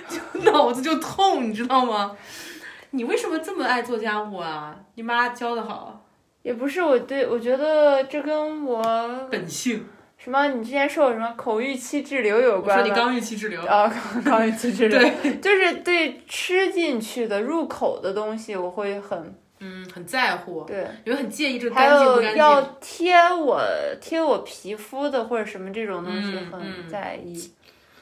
[SPEAKER 2] 就 [LAUGHS] 脑子就痛，你知道吗？你为什么这么爱做家务啊？你妈教的好，
[SPEAKER 1] 也不是我对，我觉得这跟我
[SPEAKER 2] 本性。
[SPEAKER 1] 什么？你之前说我什么口欲期滞留有
[SPEAKER 2] 我说
[SPEAKER 1] 关
[SPEAKER 2] 你
[SPEAKER 1] 吗？
[SPEAKER 2] 刚预期滞留，
[SPEAKER 1] 啊，口口欲期滞留， [LAUGHS] 对，就是对吃进去的入口的东西，我会很
[SPEAKER 2] 嗯，很在乎，
[SPEAKER 1] 对，
[SPEAKER 2] 因为很介意这个
[SPEAKER 1] 还
[SPEAKER 2] 干净不
[SPEAKER 1] 有
[SPEAKER 2] 干
[SPEAKER 1] 要
[SPEAKER 2] 净。
[SPEAKER 1] 贴我贴我皮肤的或者什么这种东西
[SPEAKER 2] 嗯
[SPEAKER 1] 很
[SPEAKER 2] 嗯
[SPEAKER 1] 在意，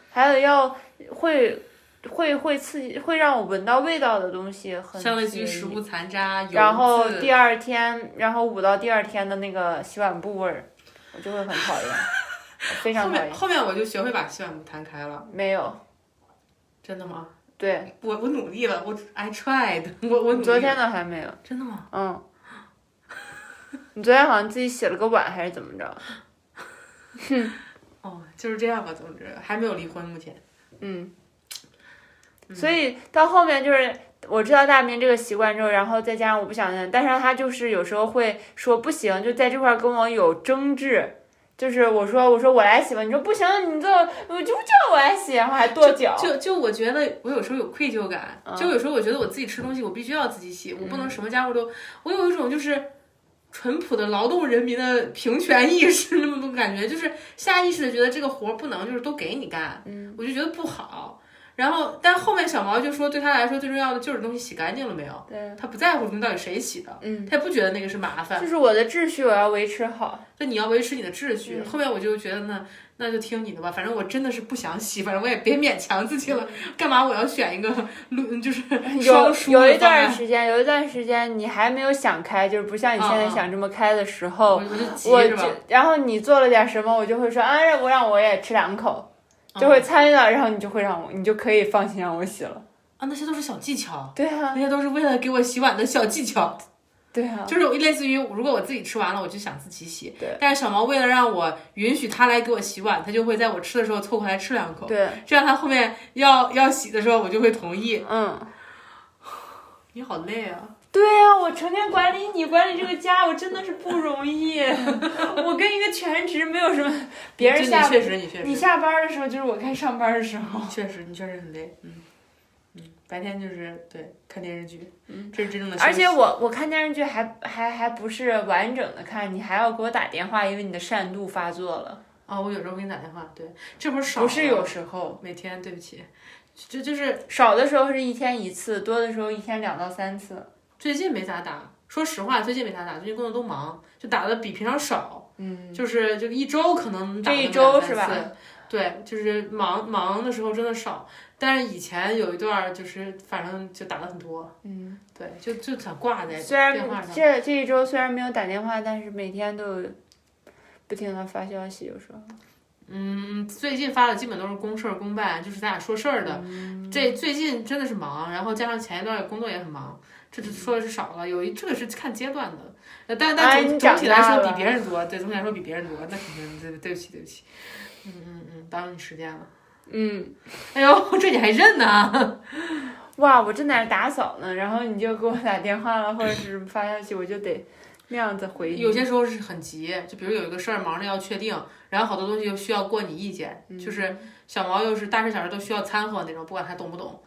[SPEAKER 1] 还有要会会会刺激会让我闻到味道的东西很
[SPEAKER 2] 像类似于
[SPEAKER 1] 介意
[SPEAKER 2] 食物残渣、油
[SPEAKER 1] 然后
[SPEAKER 2] 渍
[SPEAKER 1] 第二天，然后捂到第二天的那个洗碗布味儿，我就会很讨
[SPEAKER 2] [LAUGHS]
[SPEAKER 1] 厌，我非
[SPEAKER 2] 后
[SPEAKER 1] 常讨
[SPEAKER 2] 面
[SPEAKER 1] 厌。
[SPEAKER 2] 后面我就学会把洗碗布摊开了，
[SPEAKER 1] 没有，
[SPEAKER 2] 真的吗？
[SPEAKER 1] 对，
[SPEAKER 2] 我我努力了，我 I tried，我 [LAUGHS] 我努力了
[SPEAKER 1] 昨天的还没有，
[SPEAKER 2] 真的吗？
[SPEAKER 1] 嗯。你昨天好像自己洗了个碗还是怎么着？
[SPEAKER 2] 哦，就是这样吧，总之还没有离婚，目前
[SPEAKER 1] 嗯，所以到后面就是我知道大明这个习惯之后，然后再加上我不想认，但是他就是有时候会说不行，就在这块儿跟我有争执。就是我说我说我来洗吧，你说不行，你这我就不叫我来洗，然后还跺脚。嗯
[SPEAKER 2] 就就我觉得我有时候有愧疚感，就有时候我觉得我自己吃东西我必须要自己洗，我不能什么家务都，我有一种就是。淳朴的劳动人民的平权意识那么种感觉，就是下意识的觉得这个活儿不能就是都给你干，嗯，我就觉得不好。然后，但后面小毛就说，对他来说最重要的就是东西洗干净了没有，
[SPEAKER 1] 对，
[SPEAKER 2] 他不在乎东西到底谁洗的，
[SPEAKER 1] 嗯，
[SPEAKER 2] 他也不觉得那个是麻烦。
[SPEAKER 1] 就是我的秩序我要维持
[SPEAKER 2] [LAUGHS]
[SPEAKER 1] 好。
[SPEAKER 2] 就你要维持你的秩序。
[SPEAKER 1] 嗯
[SPEAKER 2] 后面我就觉得呢，那就听你的吧，反正我真的是不想洗，反正我也别勉强自己了。干嘛我要选一个路，就是
[SPEAKER 1] 嗯哎有
[SPEAKER 2] 双输
[SPEAKER 1] 有一
[SPEAKER 2] 的方
[SPEAKER 1] 段
[SPEAKER 2] 案？
[SPEAKER 1] 时间，有一段时间你还没有想开，就是不像你现在
[SPEAKER 2] 嗯嗯
[SPEAKER 1] 想这么开的时候，
[SPEAKER 2] 我我就急
[SPEAKER 1] 我
[SPEAKER 2] 是
[SPEAKER 1] 就
[SPEAKER 2] 吧？
[SPEAKER 1] 然后你做了点什么，我就会说啊，让我让我也吃两口，就
[SPEAKER 2] 嗯
[SPEAKER 1] 会参与到，然后你就会让我，你就可以放心让我洗了。
[SPEAKER 2] 啊，那些都是小技
[SPEAKER 1] [LAUGHS]
[SPEAKER 2] 巧，
[SPEAKER 1] 对啊，
[SPEAKER 2] 那些都是为了给我洗碗的小技巧，
[SPEAKER 1] 对啊，
[SPEAKER 2] 就是类似于如果我自己吃完了，我就想自己洗。
[SPEAKER 1] 对。
[SPEAKER 2] 但是小毛为了让我允许他来给我洗碗，他就会在我吃的时候凑过来吃两口，
[SPEAKER 1] 对，
[SPEAKER 2] 这样他后面要要洗的时候，我就会同意。
[SPEAKER 1] 嗯，
[SPEAKER 2] 你好累啊！
[SPEAKER 1] 对啊，我成天管理你，管理这个家，我真的是不容
[SPEAKER 2] [LAUGHS]
[SPEAKER 1] 易。我跟一个全职没有什么，别人
[SPEAKER 2] 就
[SPEAKER 1] 下
[SPEAKER 2] 你确实，你确实，
[SPEAKER 1] 你下班的时候就是我该上班的时候。
[SPEAKER 2] 确实，你确实很累，嗯嗯，白天就是对看电视剧，嗯，这是真正的休息。
[SPEAKER 1] 而且我我看电视剧还还还不是完整的看，你还要给我打电话，因为你的善度发作了。
[SPEAKER 2] 啊、我有时候给你打电话，对，这不是少
[SPEAKER 1] 不是
[SPEAKER 2] 了
[SPEAKER 1] 有时候，
[SPEAKER 2] 每天，对不起，这就是
[SPEAKER 1] 少的时候是一天一次，多的时候一天两到三次。
[SPEAKER 2] 最近没咋打。说实话，最近没咋打，最近工作都忙，就打的比平常少，
[SPEAKER 1] 嗯，
[SPEAKER 2] 就是就一周可能打
[SPEAKER 1] 这一
[SPEAKER 2] 那么
[SPEAKER 1] 周
[SPEAKER 2] 两三
[SPEAKER 1] 是吧
[SPEAKER 2] 次？对，就是忙忙的时候真的少，但是以前有一段儿就是反正就打的很多，
[SPEAKER 1] 嗯，
[SPEAKER 2] 对，就就想挂在
[SPEAKER 1] 虽然
[SPEAKER 2] 电话上。
[SPEAKER 1] 这这一周虽然没有打电话，但是每天都有不停的发消息，有时候。
[SPEAKER 2] 嗯，最近发的基本都是公事儿公办，就是咱俩说事儿的。
[SPEAKER 1] 嗯
[SPEAKER 2] 这最近真的是忙，然后加上前一段工作也很忙，这这说的是少了。有一这个是看阶段的，呃但
[SPEAKER 1] 哎
[SPEAKER 2] 但
[SPEAKER 1] 你
[SPEAKER 2] 总
[SPEAKER 1] 长
[SPEAKER 2] 总体来
[SPEAKER 1] 大
[SPEAKER 2] 说
[SPEAKER 1] 了
[SPEAKER 2] 比别人多，对，总体来说比别人多，那肯定对对不起对不起，嗯嗯嗯，耽误你时间了。
[SPEAKER 1] 嗯，
[SPEAKER 2] 哎呦，这你还认呢？
[SPEAKER 1] 哇，我正在那打扫呢，然后你就给我打电话了，或者是发消息，我就得那样子回你。
[SPEAKER 2] 有些时候是很急，就比如有一个事儿忙着要确定，然后好多东西又需要过你意见，
[SPEAKER 1] 嗯
[SPEAKER 2] 就是小毛又是大事小事都需要掺和那种，不管他懂
[SPEAKER 1] [LAUGHS]
[SPEAKER 2] 不懂，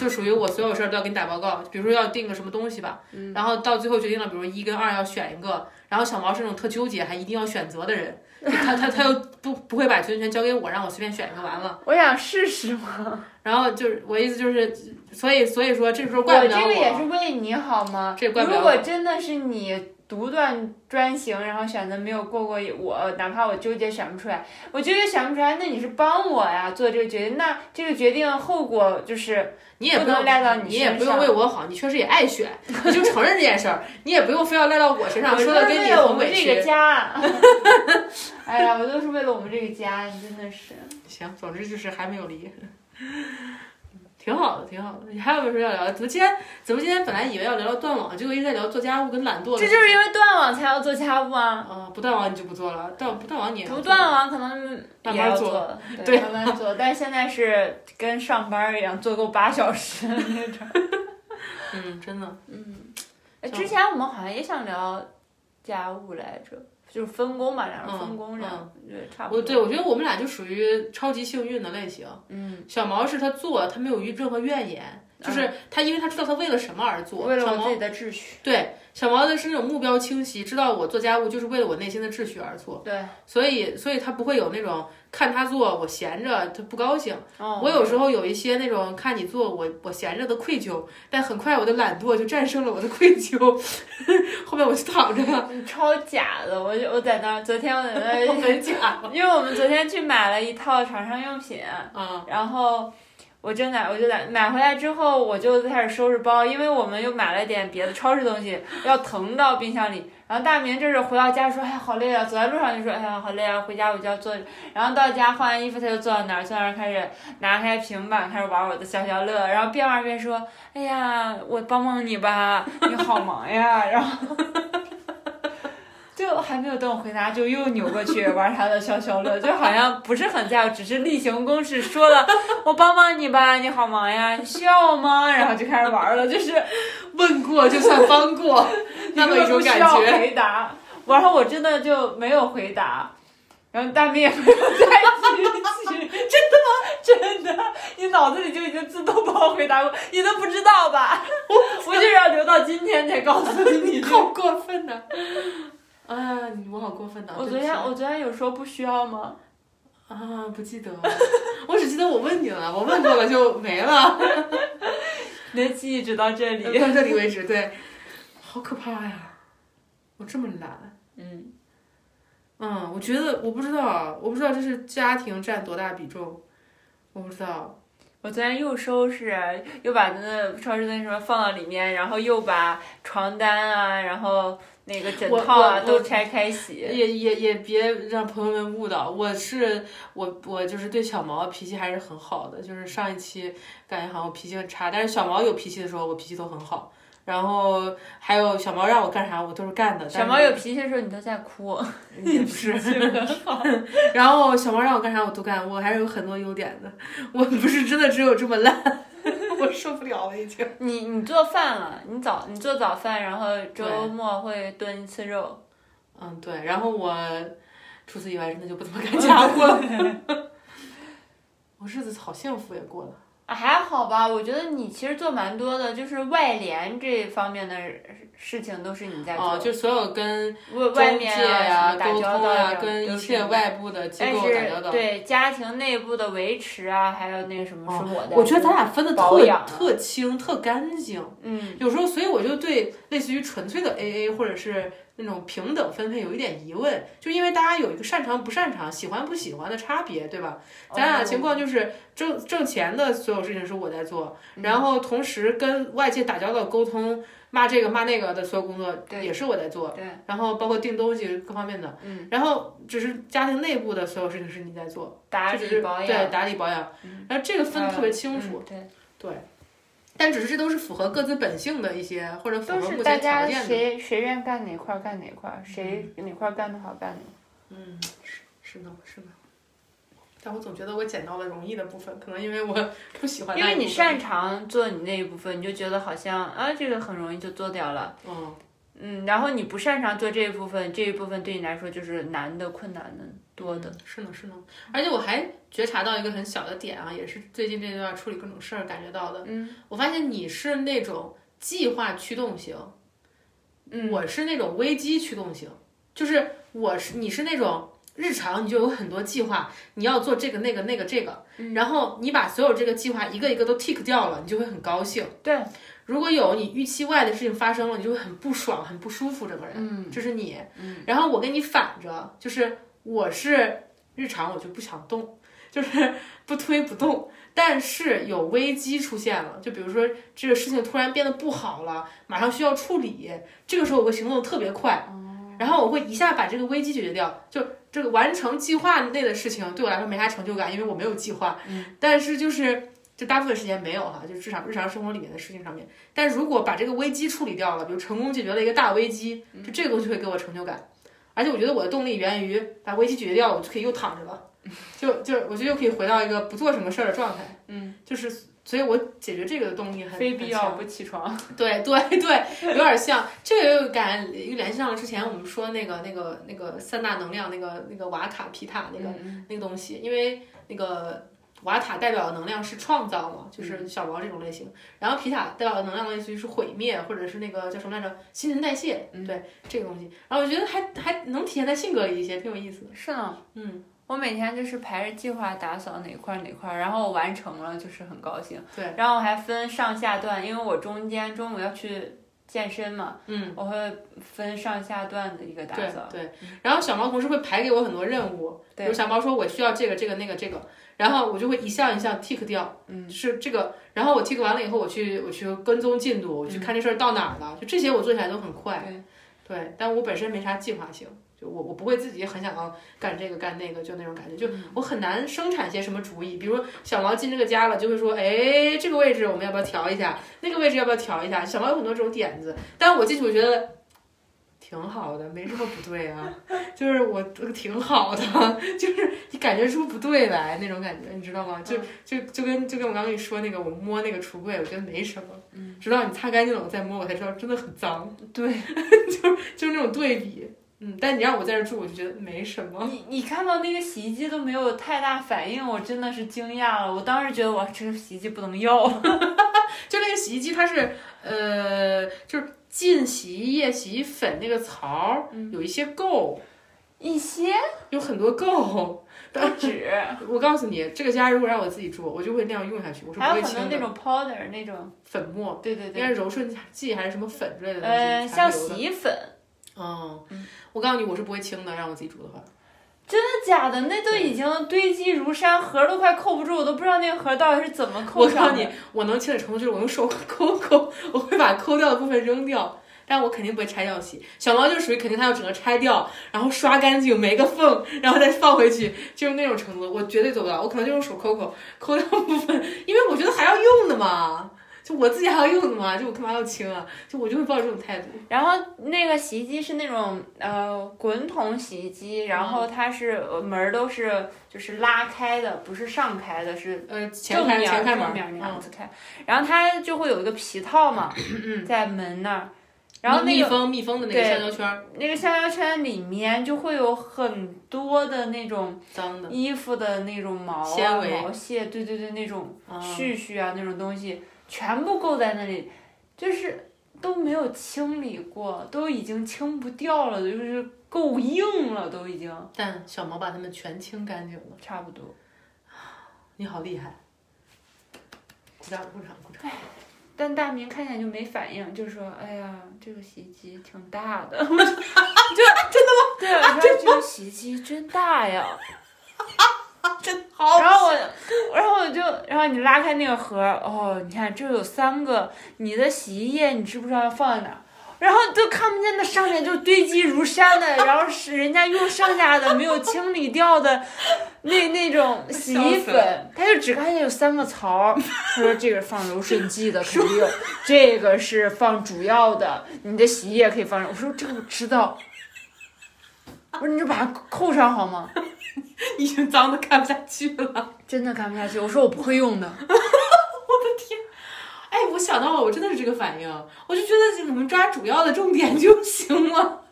[SPEAKER 2] 就属于我所有事儿都要给你打报告。比如说要定个什么东西吧，
[SPEAKER 1] 嗯
[SPEAKER 2] 然后到最后决定了，比如一跟二要选一个，然后小毛是那种特纠结，还一定要选择的人，就他他他又不不会把决定权交给我，让我随便选一个完了。
[SPEAKER 1] 我想试试嘛，
[SPEAKER 2] 然后就是我意思就是，所以所以说这时候怪
[SPEAKER 1] 我
[SPEAKER 2] 不
[SPEAKER 1] 这
[SPEAKER 2] 了
[SPEAKER 1] 个也是为你好吗？
[SPEAKER 2] 这怪不了
[SPEAKER 1] 如
[SPEAKER 2] 我
[SPEAKER 1] 果真的是你独断专行，然后选择没有过过我，哪怕我纠结选不出来，我纠结选不出来，那你是帮我呀做这个决定，那这个决定后果就是
[SPEAKER 2] 你也
[SPEAKER 1] 不
[SPEAKER 2] 不
[SPEAKER 1] 能
[SPEAKER 2] 用
[SPEAKER 1] 赖到你
[SPEAKER 2] 你也
[SPEAKER 1] 身
[SPEAKER 2] 不用
[SPEAKER 1] 上。
[SPEAKER 2] 为我好，你确实也爱选，你就承认这件事儿，你也不用非要赖到我身上，说的
[SPEAKER 1] 我就是
[SPEAKER 2] 跟
[SPEAKER 1] 为
[SPEAKER 2] 你
[SPEAKER 1] 了我
[SPEAKER 2] 很
[SPEAKER 1] 们
[SPEAKER 2] 委
[SPEAKER 1] 这个
[SPEAKER 2] 屈。
[SPEAKER 1] 家，啊 [LAUGHS] 哎呀，我都是为了我们这个家，你真的是。
[SPEAKER 2] 行，总之就是还没有离，挺好的，挺好的。你还有没有什么要聊的？怎么今天怎么今天本来以为要聊聊断网，结果一直在聊做家务跟懒惰的事
[SPEAKER 1] 这
[SPEAKER 2] 情。
[SPEAKER 1] 就是因为断网才要做家务啊，
[SPEAKER 2] 嗯，不断网你就不做了，断不断网你也要
[SPEAKER 1] 不
[SPEAKER 2] 做
[SPEAKER 1] 断网可能
[SPEAKER 2] 慢慢
[SPEAKER 1] 也要
[SPEAKER 2] 做
[SPEAKER 1] 做， [LAUGHS]
[SPEAKER 2] 对
[SPEAKER 1] 慢慢做。但是现在是跟上班一样，做够八小时那种。
[SPEAKER 2] 嗯，真的，
[SPEAKER 1] 哎
[SPEAKER 2] 像
[SPEAKER 1] 之前我们好像也想聊家务来着，就是分工吧，两人分工这样，对，差不
[SPEAKER 2] 我
[SPEAKER 1] 多。
[SPEAKER 2] 对我觉得我们俩就属于超级幸运的类型。
[SPEAKER 1] 嗯，
[SPEAKER 2] 小毛是他做，他没有任何怨言，就是他因为他知道他为了什么而做。
[SPEAKER 1] 为了
[SPEAKER 2] 小
[SPEAKER 1] 我
[SPEAKER 2] 毛
[SPEAKER 1] 自己的秩序，
[SPEAKER 2] 对小毛的是那种目标清晰，知道我做家务就是为了我内心的秩序而做，
[SPEAKER 1] 对，
[SPEAKER 2] 所以所以他不会有那种看他做我闲着他不高兴。
[SPEAKER 1] 哦， [LAUGHS]
[SPEAKER 2] 我有时候有一些那种看你做我我闲着的愧疚，但很快我的懒惰就战胜了我的愧疚， [LAUGHS] 后面我就躺着了，
[SPEAKER 1] 超假的，我就我在那儿，昨天我在那
[SPEAKER 2] 我
[SPEAKER 1] [LAUGHS] 儿，
[SPEAKER 2] 很假
[SPEAKER 1] 因为我们昨天去买了一套床上用品，
[SPEAKER 2] 啊。
[SPEAKER 1] 然后我真的我就在买回来之后，我就开始收拾包，因为我们又买了点别的超市东西，要腾到冰箱里。然后大明这是回到家说，哎，好累啊！走在路上就说，哎呀，好累啊！回家我就要坐。然后到家换完衣服，他就坐到那儿，坐那儿开始拿开平板开始玩我的消消乐，然后边玩边说，哎呀，我帮帮你吧，你好忙呀。 [LAUGHS] 然后就还没有等我回答，就又扭过去玩他的消消乐，就好像不是很在乎，只是例行公事说了，我帮帮你吧，你好忙呀，你需要我吗？然后就开始玩了，就是
[SPEAKER 2] 问过就算帮
[SPEAKER 1] [LAUGHS]
[SPEAKER 2] 过，那么一
[SPEAKER 1] 你根本
[SPEAKER 2] 种感
[SPEAKER 1] 不需要
[SPEAKER 2] 觉。
[SPEAKER 1] 回答。然后我真的就没有回答，然后大明也没有再提起，真的吗？真的，你脑子里就已经自动帮我回答过， [LAUGHS] 你都不知道吧？我就是要留到今天才告诉你。
[SPEAKER 2] 好过分呐、啊！你我好过分呐、
[SPEAKER 1] 我
[SPEAKER 2] 对不
[SPEAKER 1] 昨
[SPEAKER 2] 起
[SPEAKER 1] 天我昨天有说不需要吗？
[SPEAKER 2] 啊不记得了，我只记得我问你了，我问过了就没了，
[SPEAKER 1] 你的记忆只到这
[SPEAKER 2] 呃到
[SPEAKER 1] 里。
[SPEAKER 2] 这里为止。对，好可怕呀！我这么懒，
[SPEAKER 1] 嗯，
[SPEAKER 2] 嗯，我觉得我不知道，啊我不知道这是家庭占多大比重，我不知道。
[SPEAKER 1] 我昨天又收拾，又把那超市那什么放到里面，然后又把床单啊，然后那个枕
[SPEAKER 2] 我
[SPEAKER 1] 套啊
[SPEAKER 2] 我
[SPEAKER 1] 都
[SPEAKER 2] 我
[SPEAKER 1] 拆开洗。
[SPEAKER 2] 也也也别让朋友们误导，我是我我就是对小毛脾气还是很好的，就是上一期感觉好像我脾气很差，但是小毛有脾气的时候我脾气都很好，然后还有小毛让我干啥我都是干的，
[SPEAKER 1] 小毛有脾气的时候，你都在哭，
[SPEAKER 2] 但是也 [LAUGHS] 不
[SPEAKER 1] [LAUGHS]
[SPEAKER 2] 是， [LAUGHS] 然后小毛让我干啥我都干，我还是有很多优点的，我不是真的只有这么烂， [LAUGHS] 我受不了了已经。
[SPEAKER 1] 你你做饭了，你早你做早饭，然后周末会炖一次肉。
[SPEAKER 2] 嗯，对，然后我除此以外真的就不怎么干
[SPEAKER 1] [LAUGHS]
[SPEAKER 2] 家务了，我日子好幸福也过了。
[SPEAKER 1] 啊，还好吧，我觉得你其实做蛮多的，就是外联这方面的事情都是嗯你在做，
[SPEAKER 2] 哦，就所有跟
[SPEAKER 1] 外外
[SPEAKER 2] 中
[SPEAKER 1] 面啊
[SPEAKER 2] 介呀、
[SPEAKER 1] 什么打
[SPEAKER 2] 沟
[SPEAKER 1] 交
[SPEAKER 2] 通
[SPEAKER 1] 道
[SPEAKER 2] 呀、
[SPEAKER 1] 这种
[SPEAKER 2] 跟
[SPEAKER 1] 都
[SPEAKER 2] 一
[SPEAKER 1] 是
[SPEAKER 2] 切
[SPEAKER 1] 你。
[SPEAKER 2] 外部的机
[SPEAKER 1] 但
[SPEAKER 2] 构打交
[SPEAKER 1] 是
[SPEAKER 2] 道。
[SPEAKER 1] 对家庭内部的维持啊，还有那个什么是我的，
[SPEAKER 2] 哦我觉得咱俩分的
[SPEAKER 1] 保
[SPEAKER 2] 特
[SPEAKER 1] 养啊
[SPEAKER 2] 特清、特干净。
[SPEAKER 1] 嗯，
[SPEAKER 2] 有时候，所以我就对类似于纯粹的 A A 或者是那种平等分配有一点疑问，就因为大家有一个擅长不擅长、喜欢不喜欢的差别，对
[SPEAKER 1] 哦
[SPEAKER 2] 吧？咱俩的情况就是挣挣钱的所有事情是我在做，
[SPEAKER 1] 嗯
[SPEAKER 2] 然后同时跟外界打交道、沟通、骂这个骂那个的所有工作
[SPEAKER 1] 对
[SPEAKER 2] 也是我在做。
[SPEAKER 1] 对，
[SPEAKER 2] 然后包括订东西各方面的，
[SPEAKER 1] 嗯，
[SPEAKER 2] 然后只是家庭内部的所有事情是你在做，
[SPEAKER 1] 打
[SPEAKER 2] 就
[SPEAKER 1] 理
[SPEAKER 2] 是
[SPEAKER 1] 保
[SPEAKER 2] 对
[SPEAKER 1] 养
[SPEAKER 2] 打理保养
[SPEAKER 1] 嗯，
[SPEAKER 2] 然后这个分得特别清楚，
[SPEAKER 1] 嗯对，
[SPEAKER 2] 但只是这都是符合各自本性的一些，或者符
[SPEAKER 1] 都
[SPEAKER 2] 合
[SPEAKER 1] 是
[SPEAKER 2] 目
[SPEAKER 1] 大
[SPEAKER 2] 前条
[SPEAKER 1] 家
[SPEAKER 2] 件的，
[SPEAKER 1] 谁谁愿干哪块儿干哪块儿，谁哪块儿干得好干哪块儿。
[SPEAKER 2] 嗯，是是的，是的。但我总觉得我捡到了容易的部分，可能因为我不喜欢那
[SPEAKER 1] 因
[SPEAKER 2] 一部分，
[SPEAKER 1] 为你擅长做你那一部分，你就觉得好像啊，这个很容易就做掉了。
[SPEAKER 2] 嗯，
[SPEAKER 1] 嗯，然后你不擅长做这一部分，这一部分对你来说就是难的、困难的多的。
[SPEAKER 2] 嗯是呢是呢，而且我还觉察到一个很小的点啊，也是最近这段处理各种事儿感觉到的，
[SPEAKER 1] 嗯
[SPEAKER 2] 我发现你是那种计划驱动型。
[SPEAKER 1] 嗯，
[SPEAKER 2] 我是那种危机驱动型，就是我是你是那种日常你就有很多计划，你要做这个那个
[SPEAKER 1] 嗯
[SPEAKER 2] 那个这个，然后你把所有这个计划一个一个都 tick 掉了，你就会很高兴。
[SPEAKER 1] 对，
[SPEAKER 2] 如果有你预期外的事情发生了，你就会很不爽、很不舒服，整个人。嗯，这是你。嗯，然后我跟你反着，就是我是日常我就不想动，就是不推不动。但是有危机出现了，就比如说这个事情突然变得不好了，马上需要处理，这个时候我会行动得特别快，然后我会一下把这个危机解决掉。就这个完成计划内的事情对我来说没啥成就感，因为我没有计划。但是就是就大部分时间没有哈，就至少日常生活里面的事情上面。但如果把这个危机处理掉了，比如成功解决了一个大危机，就这个东西会给我成就感。而且我觉得我的动力源于把危机解决掉，我就可以又躺着了。就就我觉得又可以回到一个不做什么事儿的状态，嗯，就是所以，我解决这个的动力很
[SPEAKER 1] 非必
[SPEAKER 2] 很
[SPEAKER 1] 要不起床。
[SPEAKER 2] 强 [LAUGHS] 对对对，有点像这个又感又联系上了之前我们说那个那个那个三大能量那个那个瓦卡皮塔那个、
[SPEAKER 1] 嗯
[SPEAKER 2] 那个东西，因为那个瓦塔代表的能量是创造嘛，
[SPEAKER 1] 嗯
[SPEAKER 2] 就是小毛这种类型，然后皮塔代表的能量类似于是毁灭或者是那个叫什么来着新陈代谢，
[SPEAKER 1] 嗯
[SPEAKER 2] 对这个东西，然后我觉得还还能体现在性格里一些，挺有意思的，
[SPEAKER 1] 是呢，
[SPEAKER 2] 嗯，
[SPEAKER 1] 我每天就是排着计划打扫哪块儿哪块儿，然后我完成了就是很高兴。
[SPEAKER 2] 对，
[SPEAKER 1] 然后我还分上下段，因为我中间中午要去健身嘛，
[SPEAKER 2] 嗯。
[SPEAKER 1] 我会分上下段的一个打
[SPEAKER 2] 对
[SPEAKER 1] 扫。
[SPEAKER 2] 对，然后小猫同事会排给我很多任务，比
[SPEAKER 1] 对
[SPEAKER 2] 如小猫说我需要这个这个那个这个，然后我就会一项一项 tick 掉，嗯，是这个，然后我 tick 完了以后，我去我去跟踪进度，我去看这事儿到哪儿了，就这些我做起来都很快，嗯对，但我本身没啥计划性。就我我不会自己很想要干这个干那个，就那种感觉，就我很难生产些什么主意。比如小毛进这个家了，就会说，哎，这个位置我们要不要调一下？那个位置要不要调一下？小毛有很多这种点子，但我进去我觉得挺好的，没什么不对啊，就是我挺好的，就是你感觉出不对来那种感觉，你知道吗？就就就跟就跟我刚跟你说那个，我摸那个橱柜，我觉得没什么，直到你擦干净了我再摸，我才知道真的很脏，
[SPEAKER 1] 对，
[SPEAKER 2] [LAUGHS] 就是那种对比。嗯，但你让我在这住，我就觉得没什么。
[SPEAKER 1] 你你看到那个洗衣机都没有太大反应，我真的是惊讶了。我当时觉得哇，这个洗衣机不能要。
[SPEAKER 2] 就那个洗衣机，它是呃，就是进洗衣液、洗衣粉那个槽儿有一些垢，
[SPEAKER 1] 一些
[SPEAKER 2] 有很多垢。
[SPEAKER 1] 不止，
[SPEAKER 2] 我告诉你，这个家如果让我自己住，我就会那样用下 [LAUGHS] 去，我是不
[SPEAKER 1] 还
[SPEAKER 2] 会
[SPEAKER 1] 有很多
[SPEAKER 2] 清
[SPEAKER 1] 那
[SPEAKER 2] 的。哦
[SPEAKER 1] 种 powder 那种，
[SPEAKER 2] 粉末，
[SPEAKER 1] 对对
[SPEAKER 2] 应
[SPEAKER 1] 对，
[SPEAKER 2] 该是柔顺剂还是什么粉之类的东西
[SPEAKER 1] 呃，像
[SPEAKER 2] 残留的
[SPEAKER 1] 洗嗯衣粉，
[SPEAKER 2] 哦，我告诉你，我是不会清的，让我自己煮的话。
[SPEAKER 1] 真的假的？那都已经堆积如山，盒儿都快扣不住，我都不知道那个盒儿到底是怎么
[SPEAKER 2] 我
[SPEAKER 1] 扣
[SPEAKER 2] 告
[SPEAKER 1] 上
[SPEAKER 2] 诉
[SPEAKER 1] 的。
[SPEAKER 2] 你，我能清的程度就是我用手 [LAUGHS] 抠抠，我会把抠掉的部分扔掉，但我肯定不会拆掉洗。小猫就属于肯定它要整个拆掉，然后刷干净每个缝，然后再放回去，就是那种程度，我绝对做不到。我可能就用手抠抠抠掉部分，因为我觉得还要用的嘛，就我自己还要用的嘛，就我干嘛要清啊？就我就会抱着这种态度。
[SPEAKER 1] 然后那个洗衣机是那种呃滚筒洗衣机，然后它是呃门儿都是就是拉开的，不是上开的，是
[SPEAKER 2] 呃，前
[SPEAKER 1] 正
[SPEAKER 2] 开
[SPEAKER 1] 面
[SPEAKER 2] 前开门
[SPEAKER 1] 正
[SPEAKER 2] 儿，
[SPEAKER 1] 面那
[SPEAKER 2] 嗯
[SPEAKER 1] 样子开。然后它就会有一个皮套嘛，
[SPEAKER 2] 嗯
[SPEAKER 1] 在门那儿，然后那
[SPEAKER 2] 密
[SPEAKER 1] 个
[SPEAKER 2] 封密封的那个
[SPEAKER 1] 对
[SPEAKER 2] 橡胶圈儿，
[SPEAKER 1] 那个橡胶圈里面就会有很多的那种
[SPEAKER 2] 嗯脏的，
[SPEAKER 1] 衣服的那种毛啊、
[SPEAKER 2] 纤维
[SPEAKER 1] 毛屑，对对对，那种
[SPEAKER 2] 啊
[SPEAKER 1] 絮絮啊那种东西，全部够在那里，就是都没有清理过，都已经清不掉了，就是够硬了，都已经
[SPEAKER 2] 但小毛把它们全清干净了，
[SPEAKER 1] 差不多。
[SPEAKER 2] 你好厉害！鼓掌鼓掌鼓掌！
[SPEAKER 1] 但大明看见就没反应，就说：“哎呀，这个洗衣机挺大的。” [LAUGHS] 就真的吗？对，我说这个洗衣机真大呀。
[SPEAKER 2] 啊真好，
[SPEAKER 1] 然后我，然后我就，然后你拉开那个盒儿，哦，你看这有三个，你的洗衣液你知不知道要放在哪儿？然后就看不见那上面就堆积如山
[SPEAKER 2] [LAUGHS]
[SPEAKER 1] 的，然后是人家用上下的没有清理掉的那那种洗衣
[SPEAKER 2] 笑死
[SPEAKER 1] 粉，他就只看见有三个槽儿。他说这个是放柔顺剂
[SPEAKER 2] [LAUGHS]
[SPEAKER 1] 的，肯定有；这个是放主要的，你的洗衣液可以放上。我说这个我知道，我说你就把它扣上好吗？
[SPEAKER 2] 已经脏的看不下去了。
[SPEAKER 1] 真的看不下去，我说我不会用的。
[SPEAKER 2] 哎，我想到了，我真的是这个反应，我就觉得我们抓主要的重点就行了。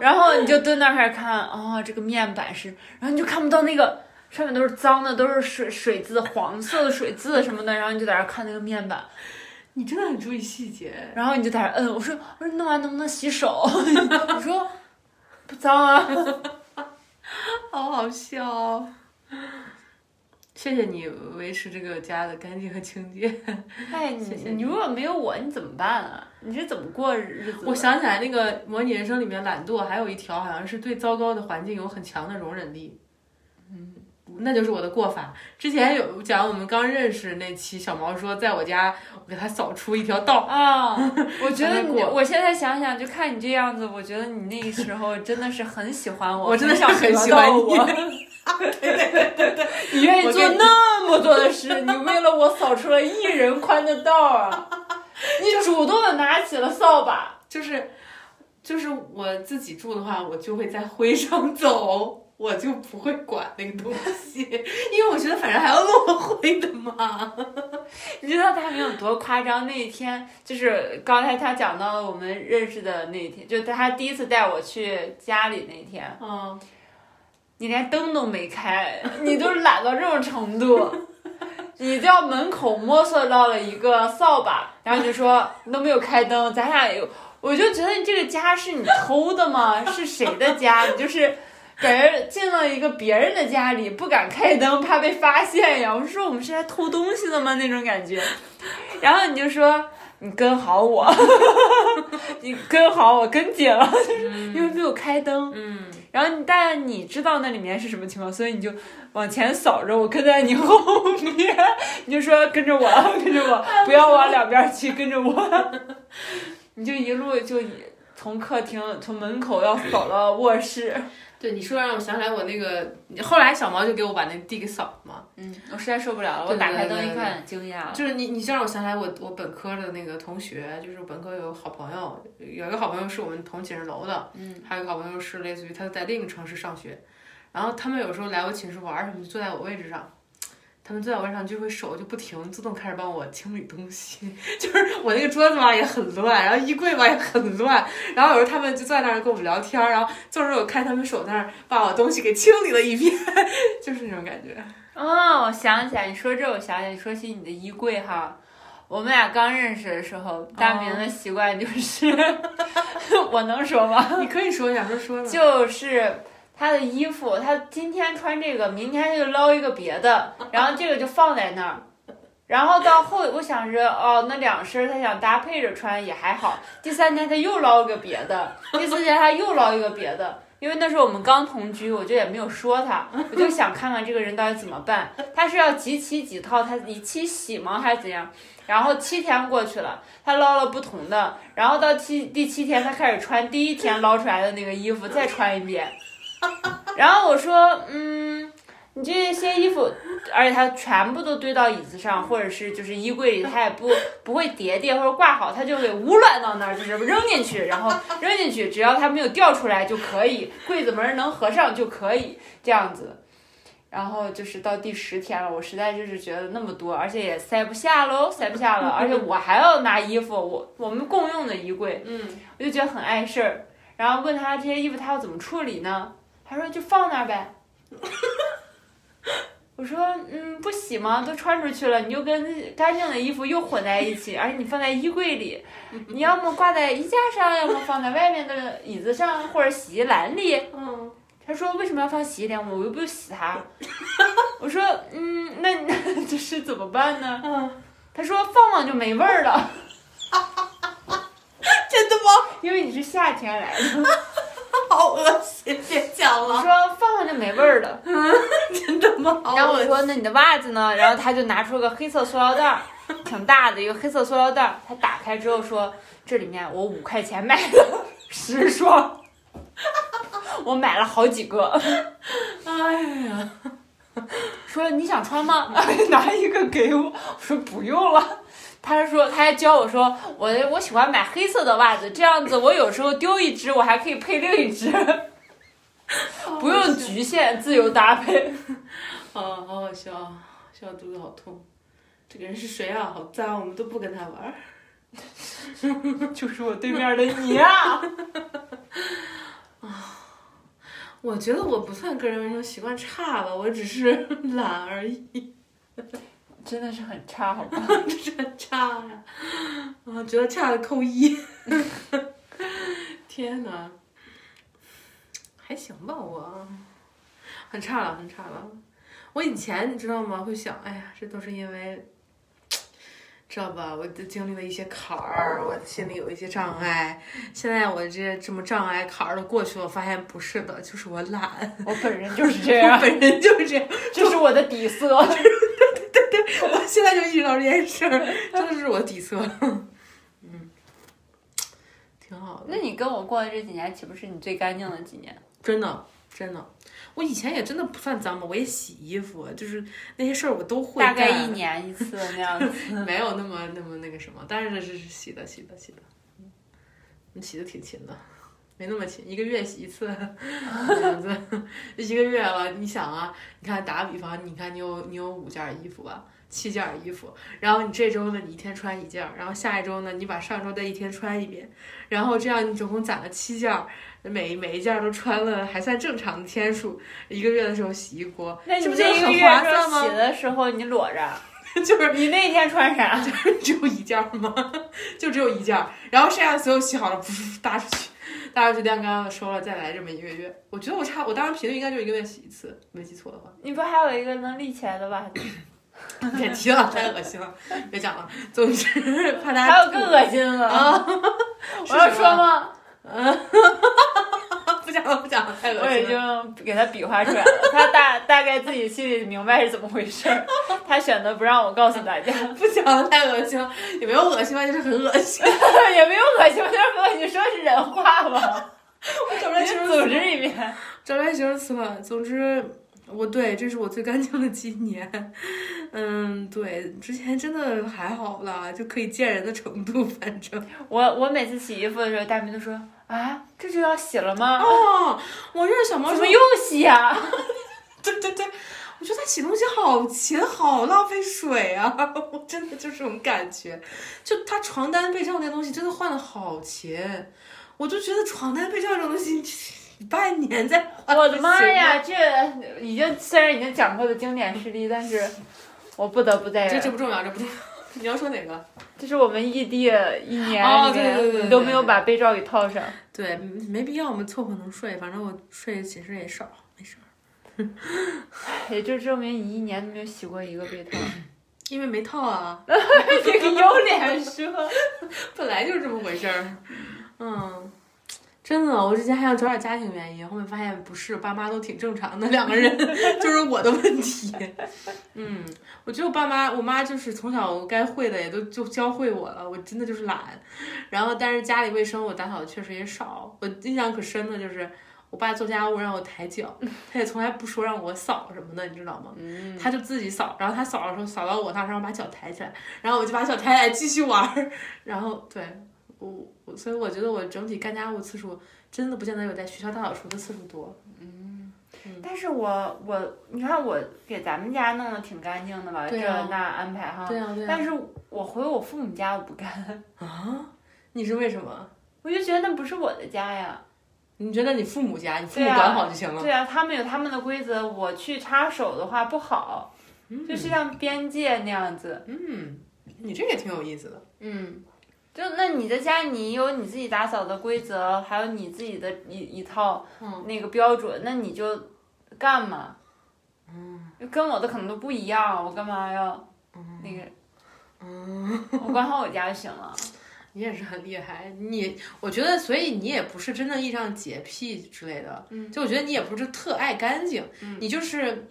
[SPEAKER 1] 然后你就蹲那儿开始看，哦，这个面板是，然后你就看不到那个上面都是脏的，都是水水渍，黄色的水渍什么的，然后你就在那儿看那个面板，
[SPEAKER 2] 你真的很注意细节，
[SPEAKER 1] 然后你就在那儿摁，我说我说弄完能不能洗手？ [LAUGHS] 你说不脏啊，
[SPEAKER 2] 好好笑哦。谢谢你维持这个家的干净和清洁。
[SPEAKER 1] [LAUGHS] 哎，你你如果没有我，你怎么办啊？你是怎么过日子？
[SPEAKER 2] 我想起来那个《模拟人生》里面懒惰还有一条，好像是对糟糕的环境有很强的容忍力。嗯，那就是我的过法。之前有讲我们刚认识那期，小毛说在我家我给他扫出一条道，
[SPEAKER 1] 啊，我觉得
[SPEAKER 2] 还没
[SPEAKER 1] 你，
[SPEAKER 2] 过
[SPEAKER 1] 我现在想想，就看你这样子，我觉得你那个时候真的是很喜欢我，
[SPEAKER 2] [LAUGHS] 我真的是很喜欢你
[SPEAKER 1] 很得到我。 [LAUGHS] 你愿意
[SPEAKER 2] 我
[SPEAKER 1] 做
[SPEAKER 2] 跟
[SPEAKER 1] 那么多的事，你为了我扫出了一人宽的道
[SPEAKER 2] [LAUGHS]
[SPEAKER 1] 啊！你主动的拿起了扫把，
[SPEAKER 2] 就是就是我自己住的话，我就会在灰上走。我就不会管那个东西，因为我觉得反正还要落灰的嘛。
[SPEAKER 1] 你知道他们有多夸张？那一天就是刚才他讲到了我们认识的那一天，就他第一次带我去家里那一天，
[SPEAKER 2] 嗯，
[SPEAKER 1] 你连灯都没开，你都懒到这种程度，你到门口摸索到了一个扫把，然后你就说你都没有开灯，咱俩有，我就觉得你这个家是你偷的吗？是谁的家？你就是。感觉进了一个别人的家里，不敢开灯，怕被发现呀。我说我们是来偷东西的吗？那种感觉。然后你就说你跟好我， [LAUGHS] 你跟好我，跟紧了，就是因为没有开灯。
[SPEAKER 2] 嗯，
[SPEAKER 1] 然后你但你知道那里面是什么情况，所以你就往前扫着我，跟在你后面，你就说跟着我，跟着我，不要往两边去，跟着 [LAUGHS] 我。你就一路就从客厅从门口要扫到卧室。
[SPEAKER 2] 对，你说让我想起来我那个，后来小毛就给我把那地给扫了嘛。
[SPEAKER 1] 嗯，我实在受不了了，我
[SPEAKER 2] 对
[SPEAKER 1] 打
[SPEAKER 2] 对
[SPEAKER 1] 开
[SPEAKER 2] 对
[SPEAKER 1] 灯一
[SPEAKER 2] 对
[SPEAKER 1] 看，惊讶了。
[SPEAKER 2] 就是你，你就让我想起来我我本科的那个同学，就是我本科有好朋友，有一个好朋友是我们同寝室楼的，嗯，还有一个好朋友是类似于他在另一个城市上学，然后他们有时候来我寝室玩儿什么，就坐在我位置上。他们坐在我位置上就会手就不停自动开始帮我清理东西， [LAUGHS] 就是我那个桌子吧也很乱，然后衣柜吧也很乱，然后有时候他们就坐在那儿跟我们聊天儿，然后就是我看他们手在那儿把我东西给清理了一遍， [LAUGHS] 就是那种感觉。
[SPEAKER 1] 哦，我想起来，你说这，我想起来，你说起你的衣柜哈。我们俩刚认识的时候，大明的习惯就是， [LAUGHS] 我能说吗？
[SPEAKER 2] 你可以说，想说说呢。
[SPEAKER 1] 就是他的衣服，他今天穿这个，明天就捞一个别的，然后这个就放在那儿。然后到后，我想着哦，那两身儿他想搭配着穿也还好。第三天他又捞一个别的，第四天他又捞一个别的。因为那时候我们刚同居，我就也没有说他，我就想看看这个人到底怎么办。他是要集齐几套，他一起洗吗，还是怎样？然后七天过去了，他捞了不同的，然后到七第七天，他开始穿第一天捞出来的那个衣服，再穿一遍。 [LAUGHS] 然后我说，嗯，你这些衣服，而且他全部都堆到椅子上，或者是就是衣柜里，他也不不会叠叠或者挂好，他就给无乱到那儿，就是扔进去，然后扔进去，只要它没有掉出来就可以，柜子门能合上就可以，这样子。然后就是到第十天了，我实在就是觉得那么多，而且也塞不下喽，塞不下了，而且我还要拿衣服，我我们共用的衣柜，
[SPEAKER 2] 嗯，
[SPEAKER 1] 我就觉得很碍事儿。然后问他这些衣服他要怎么处理呢？他说就放那儿呗。我说嗯，不洗吗？都穿出去了，你就跟干净的衣服又混在一起，而且你放在衣柜里，你要么挂在衣架上，要么放在外面的椅子上或者洗衣篮里。
[SPEAKER 2] 嗯，
[SPEAKER 1] 他说为什么要放洗衣篮？我又不洗它。我说嗯，那这是怎么办呢？
[SPEAKER 2] 嗯，
[SPEAKER 1] 他说放了就没味儿了，
[SPEAKER 2] 真的吗？
[SPEAKER 1] 因为你是夏天来的。
[SPEAKER 2] 好恶心，别讲
[SPEAKER 1] 我。说放了就没味儿了。
[SPEAKER 2] 真的吗？
[SPEAKER 1] 然后我说那你的袜子呢？然后他就拿出个黑色塑料袋儿，挺大的一个黑色塑料袋儿。他打开之后说这里面我五块钱买的十双， [LAUGHS] 我买了好几个。
[SPEAKER 2] 哎呀，
[SPEAKER 1] 说你想穿吗？ [LAUGHS] 拿一个给我。我说不用了。他说，他还教我说，我我喜欢买黑色的袜子，这样子我有时候丢一只，我还可以配另一只， [LAUGHS] 不用
[SPEAKER 2] 举。
[SPEAKER 1] 局限，自由搭配。 [LAUGHS]
[SPEAKER 2] 啊，好好笑啊，笑得肚子好痛。这个人是谁啊？好脏，我们都不跟他玩儿。
[SPEAKER 1] 就是我对面的你啊！
[SPEAKER 2] 我觉得我不算个人卫生习惯差吧，我只是懒而已，
[SPEAKER 1] 真的是很差，好吧？
[SPEAKER 2] 这 [LAUGHS] 是很差呀、啊。啊，觉得差的扣一。 [LAUGHS] 天哪，还行吧我，很差了，很差了。我我以前你知道吗？会想，哎呀，这都是因为，知道吧？我就经历了一些坎儿，我心里有一些障碍。现在我这这么障碍坎儿都过去了，我发现不是的，就是我懒，
[SPEAKER 1] 我本人就是这 [LAUGHS] 样，
[SPEAKER 2] [LAUGHS] 我本人就是这样。
[SPEAKER 1] 这是我的底色。
[SPEAKER 2] 我 [LAUGHS] 现在就意识到这件事儿，真的是我底色。 [LAUGHS] 嗯，挺好的，
[SPEAKER 1] 那你跟我过的这几年，岂不是你最干净的几年？
[SPEAKER 2] 真的真的。我以前也真的不算脏吧，我也洗衣服，就是那些事儿我都会
[SPEAKER 1] 大概
[SPEAKER 2] 干。
[SPEAKER 1] 一年一次那样子。
[SPEAKER 2] 没有那么那么那个什么，但是是是洗的洗的洗的，你洗的挺勤的，没那么勤，一个月洗一次， [LAUGHS] 这样子就一个月了。你想啊，你看打个比方，你看你有你有五件衣服吧，七件衣服，然后你这周呢你一天穿一件，然后下一周呢你把上周的一天穿一遍，然后这样你总共攒了七件，每每一件都穿了还算正常的天数，一个月的时候洗一锅，
[SPEAKER 1] [LAUGHS]
[SPEAKER 2] [LAUGHS]
[SPEAKER 1] 那
[SPEAKER 2] 这
[SPEAKER 1] 你
[SPEAKER 2] 不
[SPEAKER 1] 这
[SPEAKER 2] 就
[SPEAKER 1] 一个
[SPEAKER 2] 很
[SPEAKER 1] 月
[SPEAKER 2] 划
[SPEAKER 1] 时
[SPEAKER 2] 算
[SPEAKER 1] 候
[SPEAKER 2] 吗
[SPEAKER 1] 洗？的时候你裸着，
[SPEAKER 2] 就是。
[SPEAKER 1] 你那天穿啥？
[SPEAKER 2] [LAUGHS] 只有一件儿吗？ [LAUGHS] 就只有一件儿，然后剩下的所有洗好了，噗噗搭出去， [LAUGHS] 搭出去晾干了，收了，再来这么一个月。我觉得我差，我当时频率应该就一个月洗一次，没记错
[SPEAKER 1] [LAUGHS]
[SPEAKER 2] 的话。
[SPEAKER 1] 你不还有一个能立起来的吧？
[SPEAKER 2] 别提了，太恶心了， [LAUGHS] 别讲了。总之怕大家
[SPEAKER 1] 还有
[SPEAKER 2] [LAUGHS]
[SPEAKER 1] 更
[SPEAKER 2] 吐
[SPEAKER 1] 恶心的
[SPEAKER 2] 啊， [LAUGHS]
[SPEAKER 1] 我要说吗？
[SPEAKER 2] 不讲了，不讲了，太恶
[SPEAKER 1] 我已
[SPEAKER 2] 心了。
[SPEAKER 1] 经给他比划出来了，他大大概自己心里明白是怎么回事
[SPEAKER 2] [LAUGHS]
[SPEAKER 1] 儿，他选择不让我告诉大家，
[SPEAKER 2] 不讲了，太恶心了，也没有恶心吧，就是很恶
[SPEAKER 1] [LAUGHS]
[SPEAKER 2] 心。
[SPEAKER 1] 也没有恶心，我就是恶心，说是人话吧，
[SPEAKER 2] [LAUGHS] 我找不
[SPEAKER 1] 你
[SPEAKER 2] 着形容
[SPEAKER 1] 组
[SPEAKER 2] 词，
[SPEAKER 1] 织里面，
[SPEAKER 2] 找不着形容词了。总之，我对，这是我最干净的几年。嗯，对，之前真的还好啦，就可以见人的程度，反正。
[SPEAKER 1] 我我每次洗衣服的时候，大明都说啊，这就要洗了吗？
[SPEAKER 2] 哦，我认识小猫
[SPEAKER 1] 怎
[SPEAKER 2] 说
[SPEAKER 1] 么，又洗啊？
[SPEAKER 2] 对对对，我觉得它洗东西好勤，好浪费水啊！ [LAUGHS] 我真的就是这种感觉，就它床单被罩那东西真的换的好勤，我就觉得床单被罩这种东西，你半年再换，
[SPEAKER 1] 我的妈！呀，这已经虽然已经讲过的经典事例，但是我不得不再
[SPEAKER 2] 这这不重要，这不重要。 [LAUGHS] 你要说哪个？
[SPEAKER 1] 就是我们异地一年
[SPEAKER 2] 哦
[SPEAKER 1] 里面
[SPEAKER 2] 对对对对对
[SPEAKER 1] 都没有把被罩给套上。
[SPEAKER 2] 对，没必要，我们凑合能睡，反正我睡寝室也少，没事儿。
[SPEAKER 1] 也就证明你一年都没有洗过一个被
[SPEAKER 2] [LAUGHS]
[SPEAKER 1] 套，
[SPEAKER 2] 因为没套啊， [LAUGHS]
[SPEAKER 1] 这个有脸说？
[SPEAKER 2] 本来就是这么回事儿。嗯，真的，我之前还想找点家庭原因，后面发现不是，爸妈都挺正常的，两个人 [LAUGHS] 就是我的问题。嗯，我觉得我爸妈，我妈就是从小该会的也都就教会我了，我真的就是懒。然后，但是家里卫生我打扫的确实也少，我印象可深的就是。我爸做家务让我抬脚，他也从来不说让我扫什么的，你知道吗？
[SPEAKER 1] 嗯，
[SPEAKER 2] 他就自己扫，然后他扫的时候扫到我那儿，让我把脚抬起来，然后我就把脚抬起来继续玩儿， [LAUGHS] 然后对我我所以我觉得我整体干家务次数真的不见得有在学校大扫除的次数多，嗯
[SPEAKER 1] 但是我我你看我给咱们家弄得挺干净的吧，
[SPEAKER 2] 对啊
[SPEAKER 1] 这那安排哈。
[SPEAKER 2] 对啊对啊，
[SPEAKER 1] 但是我回我父母家我不干，
[SPEAKER 2] 啊，你是为什么？
[SPEAKER 1] 我就觉得那不是我的家呀。
[SPEAKER 2] 你觉得你父母家，你父母
[SPEAKER 1] 对啊
[SPEAKER 2] 管好就行了，
[SPEAKER 1] 对啊，他们有他们的规则，我去插手的话不好，就是像边界那样子。
[SPEAKER 2] 嗯，你这个也挺有意思的，
[SPEAKER 1] 嗯，就那你在家你有你自己打扫的规则，还有你自己的一一套
[SPEAKER 2] 嗯
[SPEAKER 1] 那个标准，那你就干嘛？嗯，跟我的可能都不一样，我干嘛要那个？我管好我家就行了。
[SPEAKER 2] 你也是很厉害，你我觉得所以你也不是真正意义上洁癖之类的，
[SPEAKER 1] 嗯
[SPEAKER 2] 就我觉得你也不是特爱干净，
[SPEAKER 1] 嗯
[SPEAKER 2] 你就是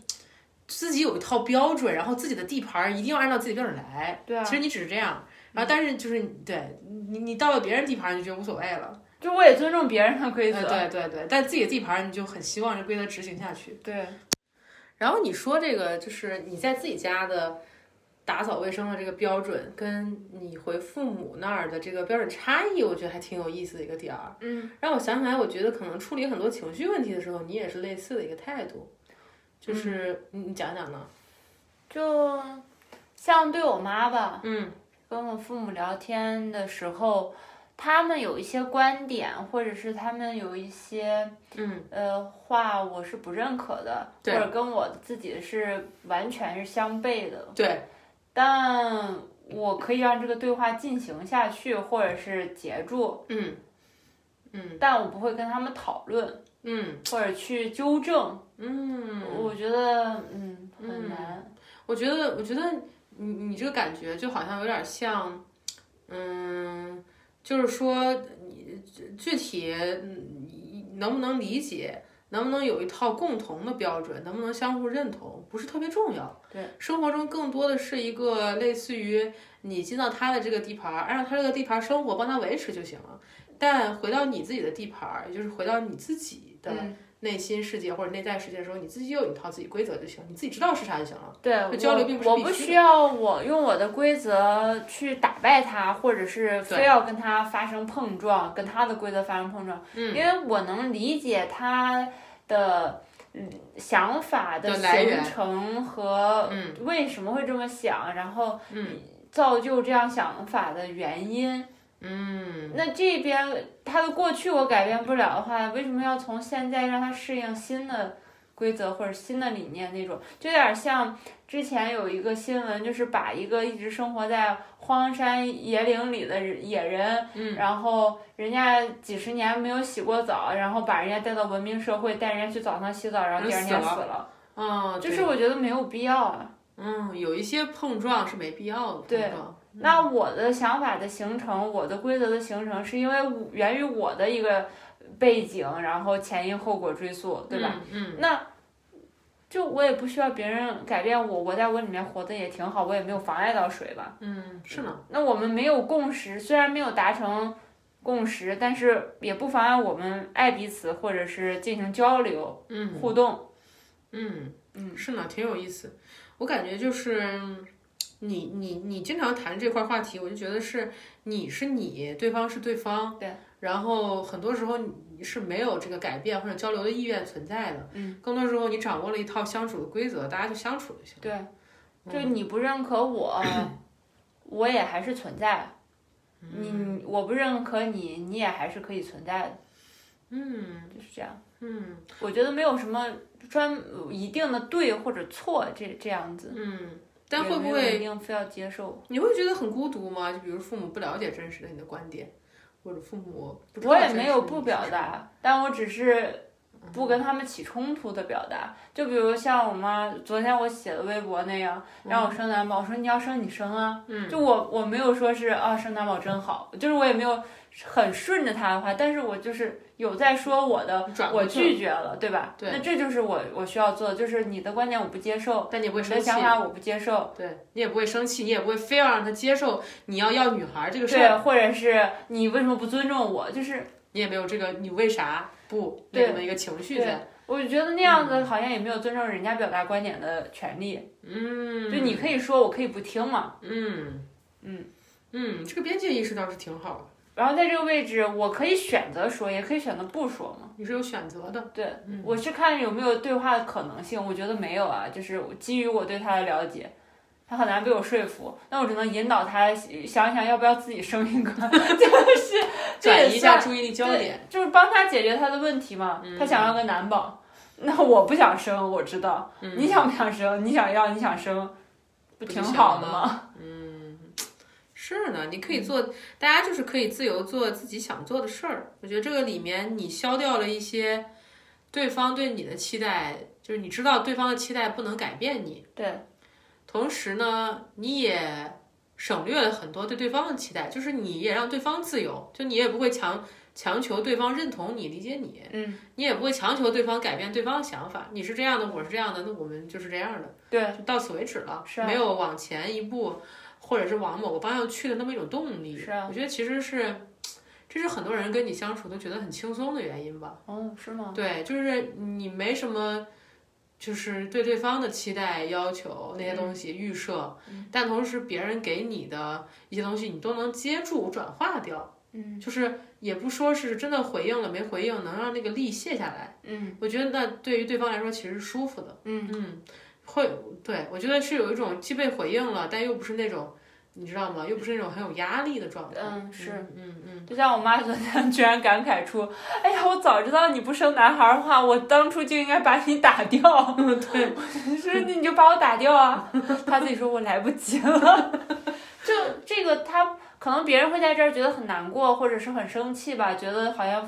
[SPEAKER 2] 自己有一套标准，然后自己的地盘儿一定要按照自己标准来。
[SPEAKER 1] 对啊
[SPEAKER 2] 其实你只是这样，然后但是就是你对你你到了别人地盘儿你就觉得无所谓了，
[SPEAKER 1] 就我也尊重别人的规则。
[SPEAKER 2] 呃对对对，但自己的地盘儿你就很希望这规则执行下去。
[SPEAKER 1] 嗯对
[SPEAKER 2] 然后你说这个就是你在自己家的打扫卫生的这个标准，跟你回父母那儿的这个标准差异，我觉得还挺有意思的一个点儿。
[SPEAKER 1] 嗯，
[SPEAKER 2] 让我想起来，我觉得可能处理很多情绪问题的时候，你也是类似的一个态度，就是你你讲讲呢？
[SPEAKER 1] 就像对我妈吧，
[SPEAKER 2] 嗯
[SPEAKER 1] 跟我父母聊天的时候，他们有一些观点，或者是他们有一些
[SPEAKER 2] 嗯
[SPEAKER 1] 呃话，我是不认可的，或
[SPEAKER 2] 对
[SPEAKER 1] 者跟我自己是完全是相悖的。
[SPEAKER 2] 对，
[SPEAKER 1] 但我可以让这个对话进行下去，或者是截住，
[SPEAKER 2] 嗯嗯
[SPEAKER 1] 但我不会跟他们讨论
[SPEAKER 2] 嗯
[SPEAKER 1] 或者去纠正。
[SPEAKER 2] 嗯，
[SPEAKER 1] 我觉得，嗯，很
[SPEAKER 2] 我觉得，我觉得你你这个感觉就好像有点像，嗯，就是说你具体嗯能不能理解，能不能有一套共同的标准，能不能相互认同，不是特别重要。
[SPEAKER 1] 对，
[SPEAKER 2] 生活中更多的是一个类似于你进到他的这个地盘儿，按照他这个地盘儿生活，帮他维持就行了。但回到你自己的地盘儿，也就是回到你自己的
[SPEAKER 1] 嗯
[SPEAKER 2] 内心世界或者内在世界的时候，你自己有一套自己规则就行，你自己知道是啥就行了。
[SPEAKER 1] 对，
[SPEAKER 2] 就交流并不是
[SPEAKER 1] 我我
[SPEAKER 2] 必
[SPEAKER 1] 不
[SPEAKER 2] 须
[SPEAKER 1] 需要我用我的规则去打败他，或者是
[SPEAKER 2] 对
[SPEAKER 1] 非要跟他发生碰撞，跟他的规则发生碰撞，
[SPEAKER 2] 嗯
[SPEAKER 1] 因为我能理解他的嗯想法的
[SPEAKER 2] 的来
[SPEAKER 1] 形
[SPEAKER 2] 源
[SPEAKER 1] 成和
[SPEAKER 2] 嗯
[SPEAKER 1] 为什么会这么想，然后
[SPEAKER 2] 嗯
[SPEAKER 1] 造就这样想法的原因。
[SPEAKER 2] 嗯，
[SPEAKER 1] 那这边他的过去我改变不了的话，为什么要从现在让他适应新的规则或者新的理念那种？就有点像之前有一个新闻，就是把一个一直生活在荒山野岭里的人野人，
[SPEAKER 2] 嗯
[SPEAKER 1] 然后人家几十年没有洗过澡，然后把人家带到文明社会，带人家去澡堂洗澡，然后第二天
[SPEAKER 2] 人死了
[SPEAKER 1] 死了，
[SPEAKER 2] 啊，
[SPEAKER 1] 就
[SPEAKER 2] 对
[SPEAKER 1] 是我觉得没有必要啊。
[SPEAKER 2] 嗯，有一些碰撞是没必要的
[SPEAKER 1] 对
[SPEAKER 2] 碰撞。
[SPEAKER 1] 那我的想法的形成，我的规则的形成，是因为我源于我的一个背景，然后前因后果追溯，对吧？？
[SPEAKER 2] 嗯，
[SPEAKER 1] 那就我也不需要别人改变我，我在我里面活得也挺好，我也没有妨碍到谁吧？
[SPEAKER 2] 嗯，是呢，
[SPEAKER 1] 那我们没有共识，虽然没有达成共识，但是也不妨碍我们爱彼此，或者是进行交流、
[SPEAKER 2] 嗯
[SPEAKER 1] 互动。
[SPEAKER 2] 嗯
[SPEAKER 1] 嗯
[SPEAKER 2] 是呢，挺有意思。我感觉就是嗯你你你经常谈这块话题，我就觉得是你是你，对方是对方，
[SPEAKER 1] 对。
[SPEAKER 2] 然后很多时候你是没有这个改变或者交流的意愿存在的，
[SPEAKER 1] 嗯，
[SPEAKER 2] 更多时候你掌握了一套相处的规则，大家就相处就行。
[SPEAKER 1] 对，就你不认可我，我也还是存在。你我不认可你，你也还是可以存在的，
[SPEAKER 2] 嗯
[SPEAKER 1] 就是这样。
[SPEAKER 2] 嗯
[SPEAKER 1] 我觉得没有什么专一定的对或者错这这样子，
[SPEAKER 2] 嗯，但
[SPEAKER 1] 也
[SPEAKER 2] 会
[SPEAKER 1] 没
[SPEAKER 2] 不
[SPEAKER 1] 有
[SPEAKER 2] 会
[SPEAKER 1] 一定非要接受？
[SPEAKER 2] 你会觉得很孤独吗？就比如父母不了解真实的你的观点，或者父母不知道
[SPEAKER 1] 我也
[SPEAKER 2] 真
[SPEAKER 1] 没
[SPEAKER 2] 实
[SPEAKER 1] 有
[SPEAKER 2] 的
[SPEAKER 1] 不
[SPEAKER 2] 你
[SPEAKER 1] 表
[SPEAKER 2] 是什么，
[SPEAKER 1] 达，但我只是不跟他们起冲突的表达。就比如像我妈昨天我写的微博那样，让我生男宝，我说你要生你生啊，
[SPEAKER 2] 嗯
[SPEAKER 1] 就我我没有说是啊生男宝真好，就是我也没有很顺着他的话，但是我就是有在说我的
[SPEAKER 2] 你转
[SPEAKER 1] 我
[SPEAKER 2] 过去了，
[SPEAKER 1] 拒绝了，对吧？
[SPEAKER 2] 对
[SPEAKER 1] 那这就是我我需要做的，就是你的观点我不接受，
[SPEAKER 2] 但你也不会
[SPEAKER 1] 你的
[SPEAKER 2] 生气
[SPEAKER 1] 想，法我不接受，
[SPEAKER 2] 对你也不会生气，你也不会非要让他接受你要要女孩这个事儿，
[SPEAKER 1] 对，或者是你为什么不尊重我？就是
[SPEAKER 2] 你也没有这个你为啥不那
[SPEAKER 1] 对
[SPEAKER 2] 样的一个情绪
[SPEAKER 1] 对
[SPEAKER 2] 在，
[SPEAKER 1] 我觉得那样子好像也没有尊重人家表达观点的权利，
[SPEAKER 2] 嗯，
[SPEAKER 1] 就你可以说，我可以不听嘛。
[SPEAKER 2] 嗯嗯嗯，这个边界意识倒是挺好的，
[SPEAKER 1] 然后在这个位置，我可以选择说，也可以选择不说嘛。
[SPEAKER 2] 你是有选择的，
[SPEAKER 1] 对，
[SPEAKER 2] 嗯
[SPEAKER 1] 我是看有没有对话的可能性，我觉得没有啊，就是我基于我对他的了解，他很难被我说服，那我只能引导他想一想要不要自己生
[SPEAKER 2] [LAUGHS]
[SPEAKER 1] 一个，就是这也
[SPEAKER 2] 转移一下嗯
[SPEAKER 1] 算
[SPEAKER 2] 注意力焦
[SPEAKER 1] 对
[SPEAKER 2] 点，
[SPEAKER 1] 就是帮他解决他的问题嘛。他想要个男宝，那我不想生，我知道。
[SPEAKER 2] 嗯
[SPEAKER 1] 你想不想生？你想要，你想生，不
[SPEAKER 2] 不
[SPEAKER 1] 挺
[SPEAKER 2] 就行
[SPEAKER 1] 好的
[SPEAKER 2] 了
[SPEAKER 1] 吗？
[SPEAKER 2] 是呢，你可
[SPEAKER 1] 嗯
[SPEAKER 2] 以做，大家就是可以自由做自己想做的事儿。我觉得这个里面你消掉了一些对方对你的期待，就是你知道对方的期待不能改变你，
[SPEAKER 1] 对，
[SPEAKER 2] 同时呢，你也省略了很多对对方的期待，就是你也让对方自由，就你也不会强强求对方认同你、理解你，
[SPEAKER 1] 嗯，
[SPEAKER 2] 你也不会强求对方改变对方的想法。你是这样的，我是这样的，那我们就是这样的。
[SPEAKER 1] 对，
[SPEAKER 2] 就到此为止了，
[SPEAKER 1] 是啊
[SPEAKER 2] 没有往前一步，或者是往某个方向去的那么一种动力。
[SPEAKER 1] 是啊
[SPEAKER 2] 我觉得其实是，这是很多人跟你相处都觉得很轻松的原因吧。
[SPEAKER 1] 哦，是吗？
[SPEAKER 2] 对，就是你没什么，就是对对方的期待、要求那些东
[SPEAKER 1] 嗯
[SPEAKER 2] 西、预设，但同时别人给你的一些东西，你都能接住、转化掉。
[SPEAKER 1] 嗯
[SPEAKER 2] 就是也不说是真的回应了没回应，能让那个力卸下来。
[SPEAKER 1] 嗯
[SPEAKER 2] 我觉得那对于对方来说其实是舒服的。
[SPEAKER 1] 嗯，
[SPEAKER 2] 嗯，会，对我觉得是有一种既被回应了，但又不是那种，你知道吗？又不是那种很有压力的状态。
[SPEAKER 1] 嗯是
[SPEAKER 2] 嗯嗯嗯，
[SPEAKER 1] 就像我妈昨天 [LAUGHS] 居然感慨出：“哎呀，我早知道你不生男孩儿的话，我当初就应该把你打掉。” [LAUGHS] 嗯对，我说你就把我打掉 [LAUGHS] 啊！她自己说：“我来不及了。” [LAUGHS] 就这个，她可能别人会在这儿觉得很难过，或者是很生气吧，觉得好像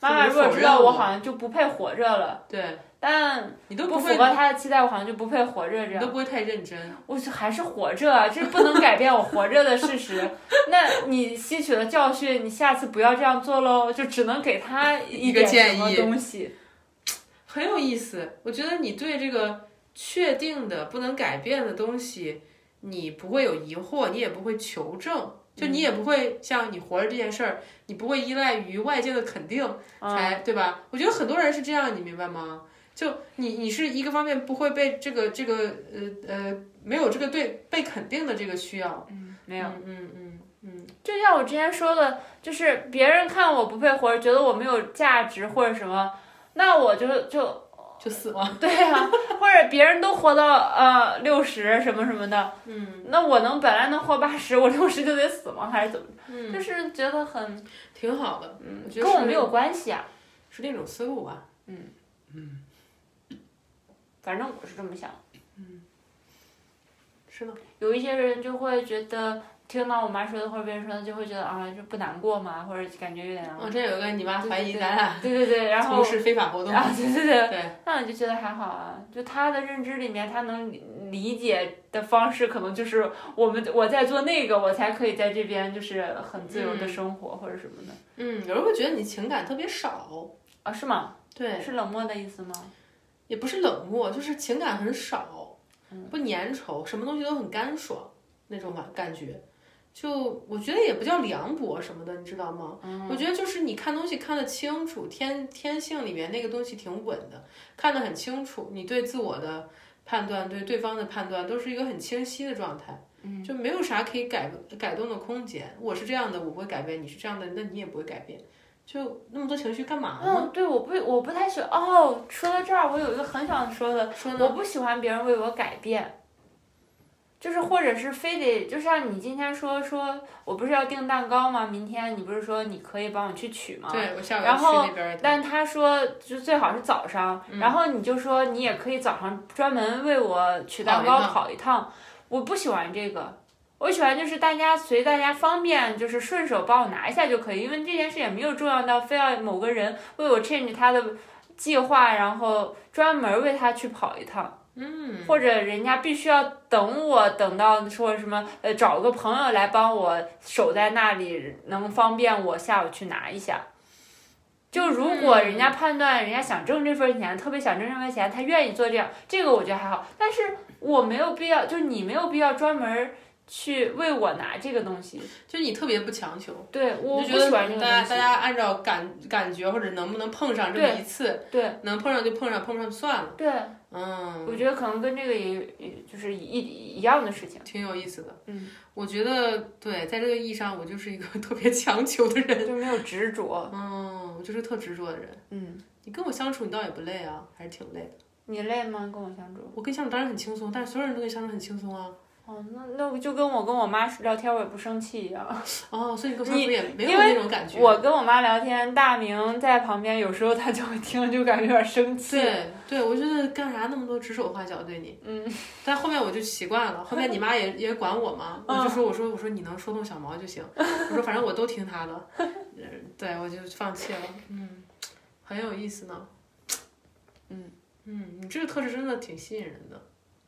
[SPEAKER 1] 妈妈如果知道我好像就不配活着了。
[SPEAKER 2] 对，
[SPEAKER 1] 但
[SPEAKER 2] 你都
[SPEAKER 1] 嗯不
[SPEAKER 2] 不
[SPEAKER 1] 符
[SPEAKER 2] 会，
[SPEAKER 1] 合他的期待，我好像就不配活着这
[SPEAKER 2] 你
[SPEAKER 1] 样。
[SPEAKER 2] 都不会太认真。
[SPEAKER 1] 我就还是活着啊，这不能改变我活着的事实。 [LAUGHS] 那你吸取了教训，你下次不要这样做喽，就只能给他
[SPEAKER 2] 一个
[SPEAKER 1] 点
[SPEAKER 2] 建
[SPEAKER 1] 什么
[SPEAKER 2] 议
[SPEAKER 1] 东西。
[SPEAKER 2] 很有意思。我觉得你对这个确定的、不能改变的东西，你不会有疑惑，你也不会求证，就你也不会像你活着这件事儿，你不会依赖于外界的肯定
[SPEAKER 1] 嗯
[SPEAKER 2] 才、对吧？我觉得很多人是这样，你明白吗？就你你是一个方面不会被这个这个呃呃没有这个对被肯定的这个需要，
[SPEAKER 1] 嗯，没有。
[SPEAKER 2] 嗯嗯嗯嗯，
[SPEAKER 1] 就像我之前说的，就是别人看我不配活着，觉得我没有价值或者什么，那我就就
[SPEAKER 2] 就死亡，
[SPEAKER 1] 对啊，或者别人都活到呃六十什么什么的，
[SPEAKER 2] 嗯
[SPEAKER 1] 那我能本来能活八十，我六十就得死吗？还是怎么？
[SPEAKER 2] 嗯，
[SPEAKER 1] 就是觉得很
[SPEAKER 2] 挺好的，我觉得
[SPEAKER 1] 跟我
[SPEAKER 2] 是
[SPEAKER 1] 没有关系啊，
[SPEAKER 2] 是另一种思路吧。
[SPEAKER 1] 反正我是这么想。
[SPEAKER 2] 是的，
[SPEAKER 1] 有一些人就会觉得听到我妈说的或者别人说的，就会觉得啊就不难过嘛，或者感觉有点
[SPEAKER 2] [LAUGHS]
[SPEAKER 1] 难过。
[SPEAKER 2] 哦，这有个你妈怀疑
[SPEAKER 1] 啊对
[SPEAKER 2] 咱俩
[SPEAKER 1] 对对对，然后
[SPEAKER 2] 从事非法活动。
[SPEAKER 1] 啊对对对，
[SPEAKER 2] 对，
[SPEAKER 1] 那我就觉得还好啊，就他的认知里面，他能理理解的方式，可能就是我们我在做那个，我才可以在这边就是很自由的生活或者什么的、
[SPEAKER 2] 嗯，有人会觉得你情感特别少，
[SPEAKER 1] 啊？是吗？
[SPEAKER 2] 对，
[SPEAKER 1] 是冷漠的意思吗？
[SPEAKER 2] 也不是冷漠，就是情感很少，不粘稠，什么东西都很干爽那种感感觉。就我觉得也不叫凉薄什么的，你知道吗？我觉得就是你看东西看得清楚，天天性里面那个东西挺稳的，看得很清楚，你对自我的判断、对对方的判断都是一个很清晰的状态，就没有啥可以改改动的空间。我是这样的，我不会改变；你是这样的，那你也不会改变。就那么多情绪干嘛呢？
[SPEAKER 1] 嗯，对，我不我不太喜欢哦。说到这儿，我有一个很想说的，
[SPEAKER 2] 说呢？
[SPEAKER 1] 我不喜欢别人为我改变。就是，或者是非得，就像你今天说说，我不是要订蛋糕吗？明天你不是说你可以帮我去取吗？
[SPEAKER 2] 对嗯我下午
[SPEAKER 1] 然
[SPEAKER 2] 要去
[SPEAKER 1] 后
[SPEAKER 2] 那边儿
[SPEAKER 1] 但他说就最好是早上，然后你就说你也可以早上专门为我取蛋糕
[SPEAKER 2] 跑一趟
[SPEAKER 1] 跑一趟，我不喜欢这个。我喜欢就是大家随大家方便，就是顺手帮我拿一下就可以，因为这件事也没有重要到非要某个人为我 change 他的计划，然后专门为他去跑一趟，嗯，或者人家必须要等我等到说什么呃找个朋友来帮我守在那里，能方便我下午去拿一下。就如果人
[SPEAKER 2] 嗯
[SPEAKER 1] 家判断人家想挣这份钱，特别想挣这份钱，他愿意做这样，这个我觉得还好。但是我没有必要，就是你没有必要专门去为我拿这个东西。
[SPEAKER 2] 就是你特别不强求，
[SPEAKER 1] 对，我
[SPEAKER 2] 你
[SPEAKER 1] 不
[SPEAKER 2] 就觉
[SPEAKER 1] 喜欢这个
[SPEAKER 2] 得大
[SPEAKER 1] 东
[SPEAKER 2] 家大
[SPEAKER 1] 西。
[SPEAKER 2] 家按照感感觉或者能不能碰上这么一次，
[SPEAKER 1] 对
[SPEAKER 2] 能碰上就碰上，碰不上就算了。
[SPEAKER 1] 对，
[SPEAKER 2] 嗯，
[SPEAKER 1] 我觉得可能跟这个也也就是一一样的事情。
[SPEAKER 2] 挺有意思的。
[SPEAKER 1] 嗯，
[SPEAKER 2] 我觉得对，在这个意义上，我就是一个 [LAUGHS] 特别强求的人。
[SPEAKER 1] 就没有执着，
[SPEAKER 2] 嗯，我就是特执着的人。
[SPEAKER 1] 嗯，
[SPEAKER 2] 你跟我相处，你倒也不累啊，还是挺累的。
[SPEAKER 1] 你累吗？跟我相处？
[SPEAKER 2] 我跟你相处当然很轻松，但是所有人都跟你相处很轻松啊。
[SPEAKER 1] 哦，那那我就跟我跟我妈聊天，我也不生气一样。
[SPEAKER 2] 哦，所以你跟我相处也没有
[SPEAKER 1] 因为
[SPEAKER 2] 那种感觉。
[SPEAKER 1] 我跟我妈聊天，大明在旁边，有时候他就会听，就感觉有点生气。
[SPEAKER 2] 对对，我觉得干啥那么多指手画脚对你，嗯，但后面我就习惯了，后面你妈也 [LAUGHS] 也管我嘛，我就说我说我说你能说动小毛就 [LAUGHS] 行，我说反正我都听她的，呃对我就放弃了， [LAUGHS] 嗯，很有意思呢，嗯嗯，你这个特质真的挺吸引人的，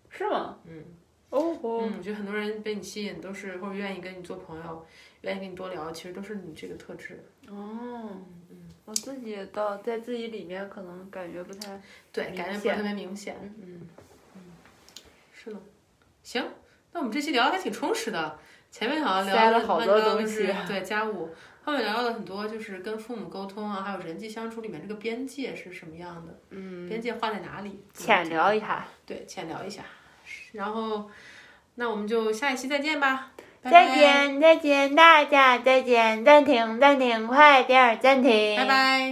[SPEAKER 1] 是吗？
[SPEAKER 2] 嗯
[SPEAKER 1] 哦吼，
[SPEAKER 2] 嗯，我觉得很多人被你吸引都是或者愿意跟你做朋友，愿意跟你多聊，其实都是你这个特质，
[SPEAKER 1] 哦，我自己倒在自己里面可能感觉不太，
[SPEAKER 2] 对，
[SPEAKER 1] 明
[SPEAKER 2] 感觉不是
[SPEAKER 1] 显
[SPEAKER 2] 特别明显，嗯嗯，是呢。行，那我们这期聊的还挺充实的，前面好像聊
[SPEAKER 1] 塞
[SPEAKER 2] 了
[SPEAKER 1] 了好
[SPEAKER 2] 乱
[SPEAKER 1] 多
[SPEAKER 2] 七八糟
[SPEAKER 1] 东
[SPEAKER 2] 就是
[SPEAKER 1] 西啊
[SPEAKER 2] 对家务，后面聊了很多就是跟父母沟通啊，还有人际相处里面这个边界是什么样的，
[SPEAKER 1] 嗯，
[SPEAKER 2] 边界画在哪里，
[SPEAKER 1] 浅聊一下，
[SPEAKER 2] 对，浅聊一下，然后那我们就下一期再见吧，拜拜
[SPEAKER 3] 再，见，再见，大家再见，暂停，暂停，快点儿暂停。
[SPEAKER 2] 拜拜。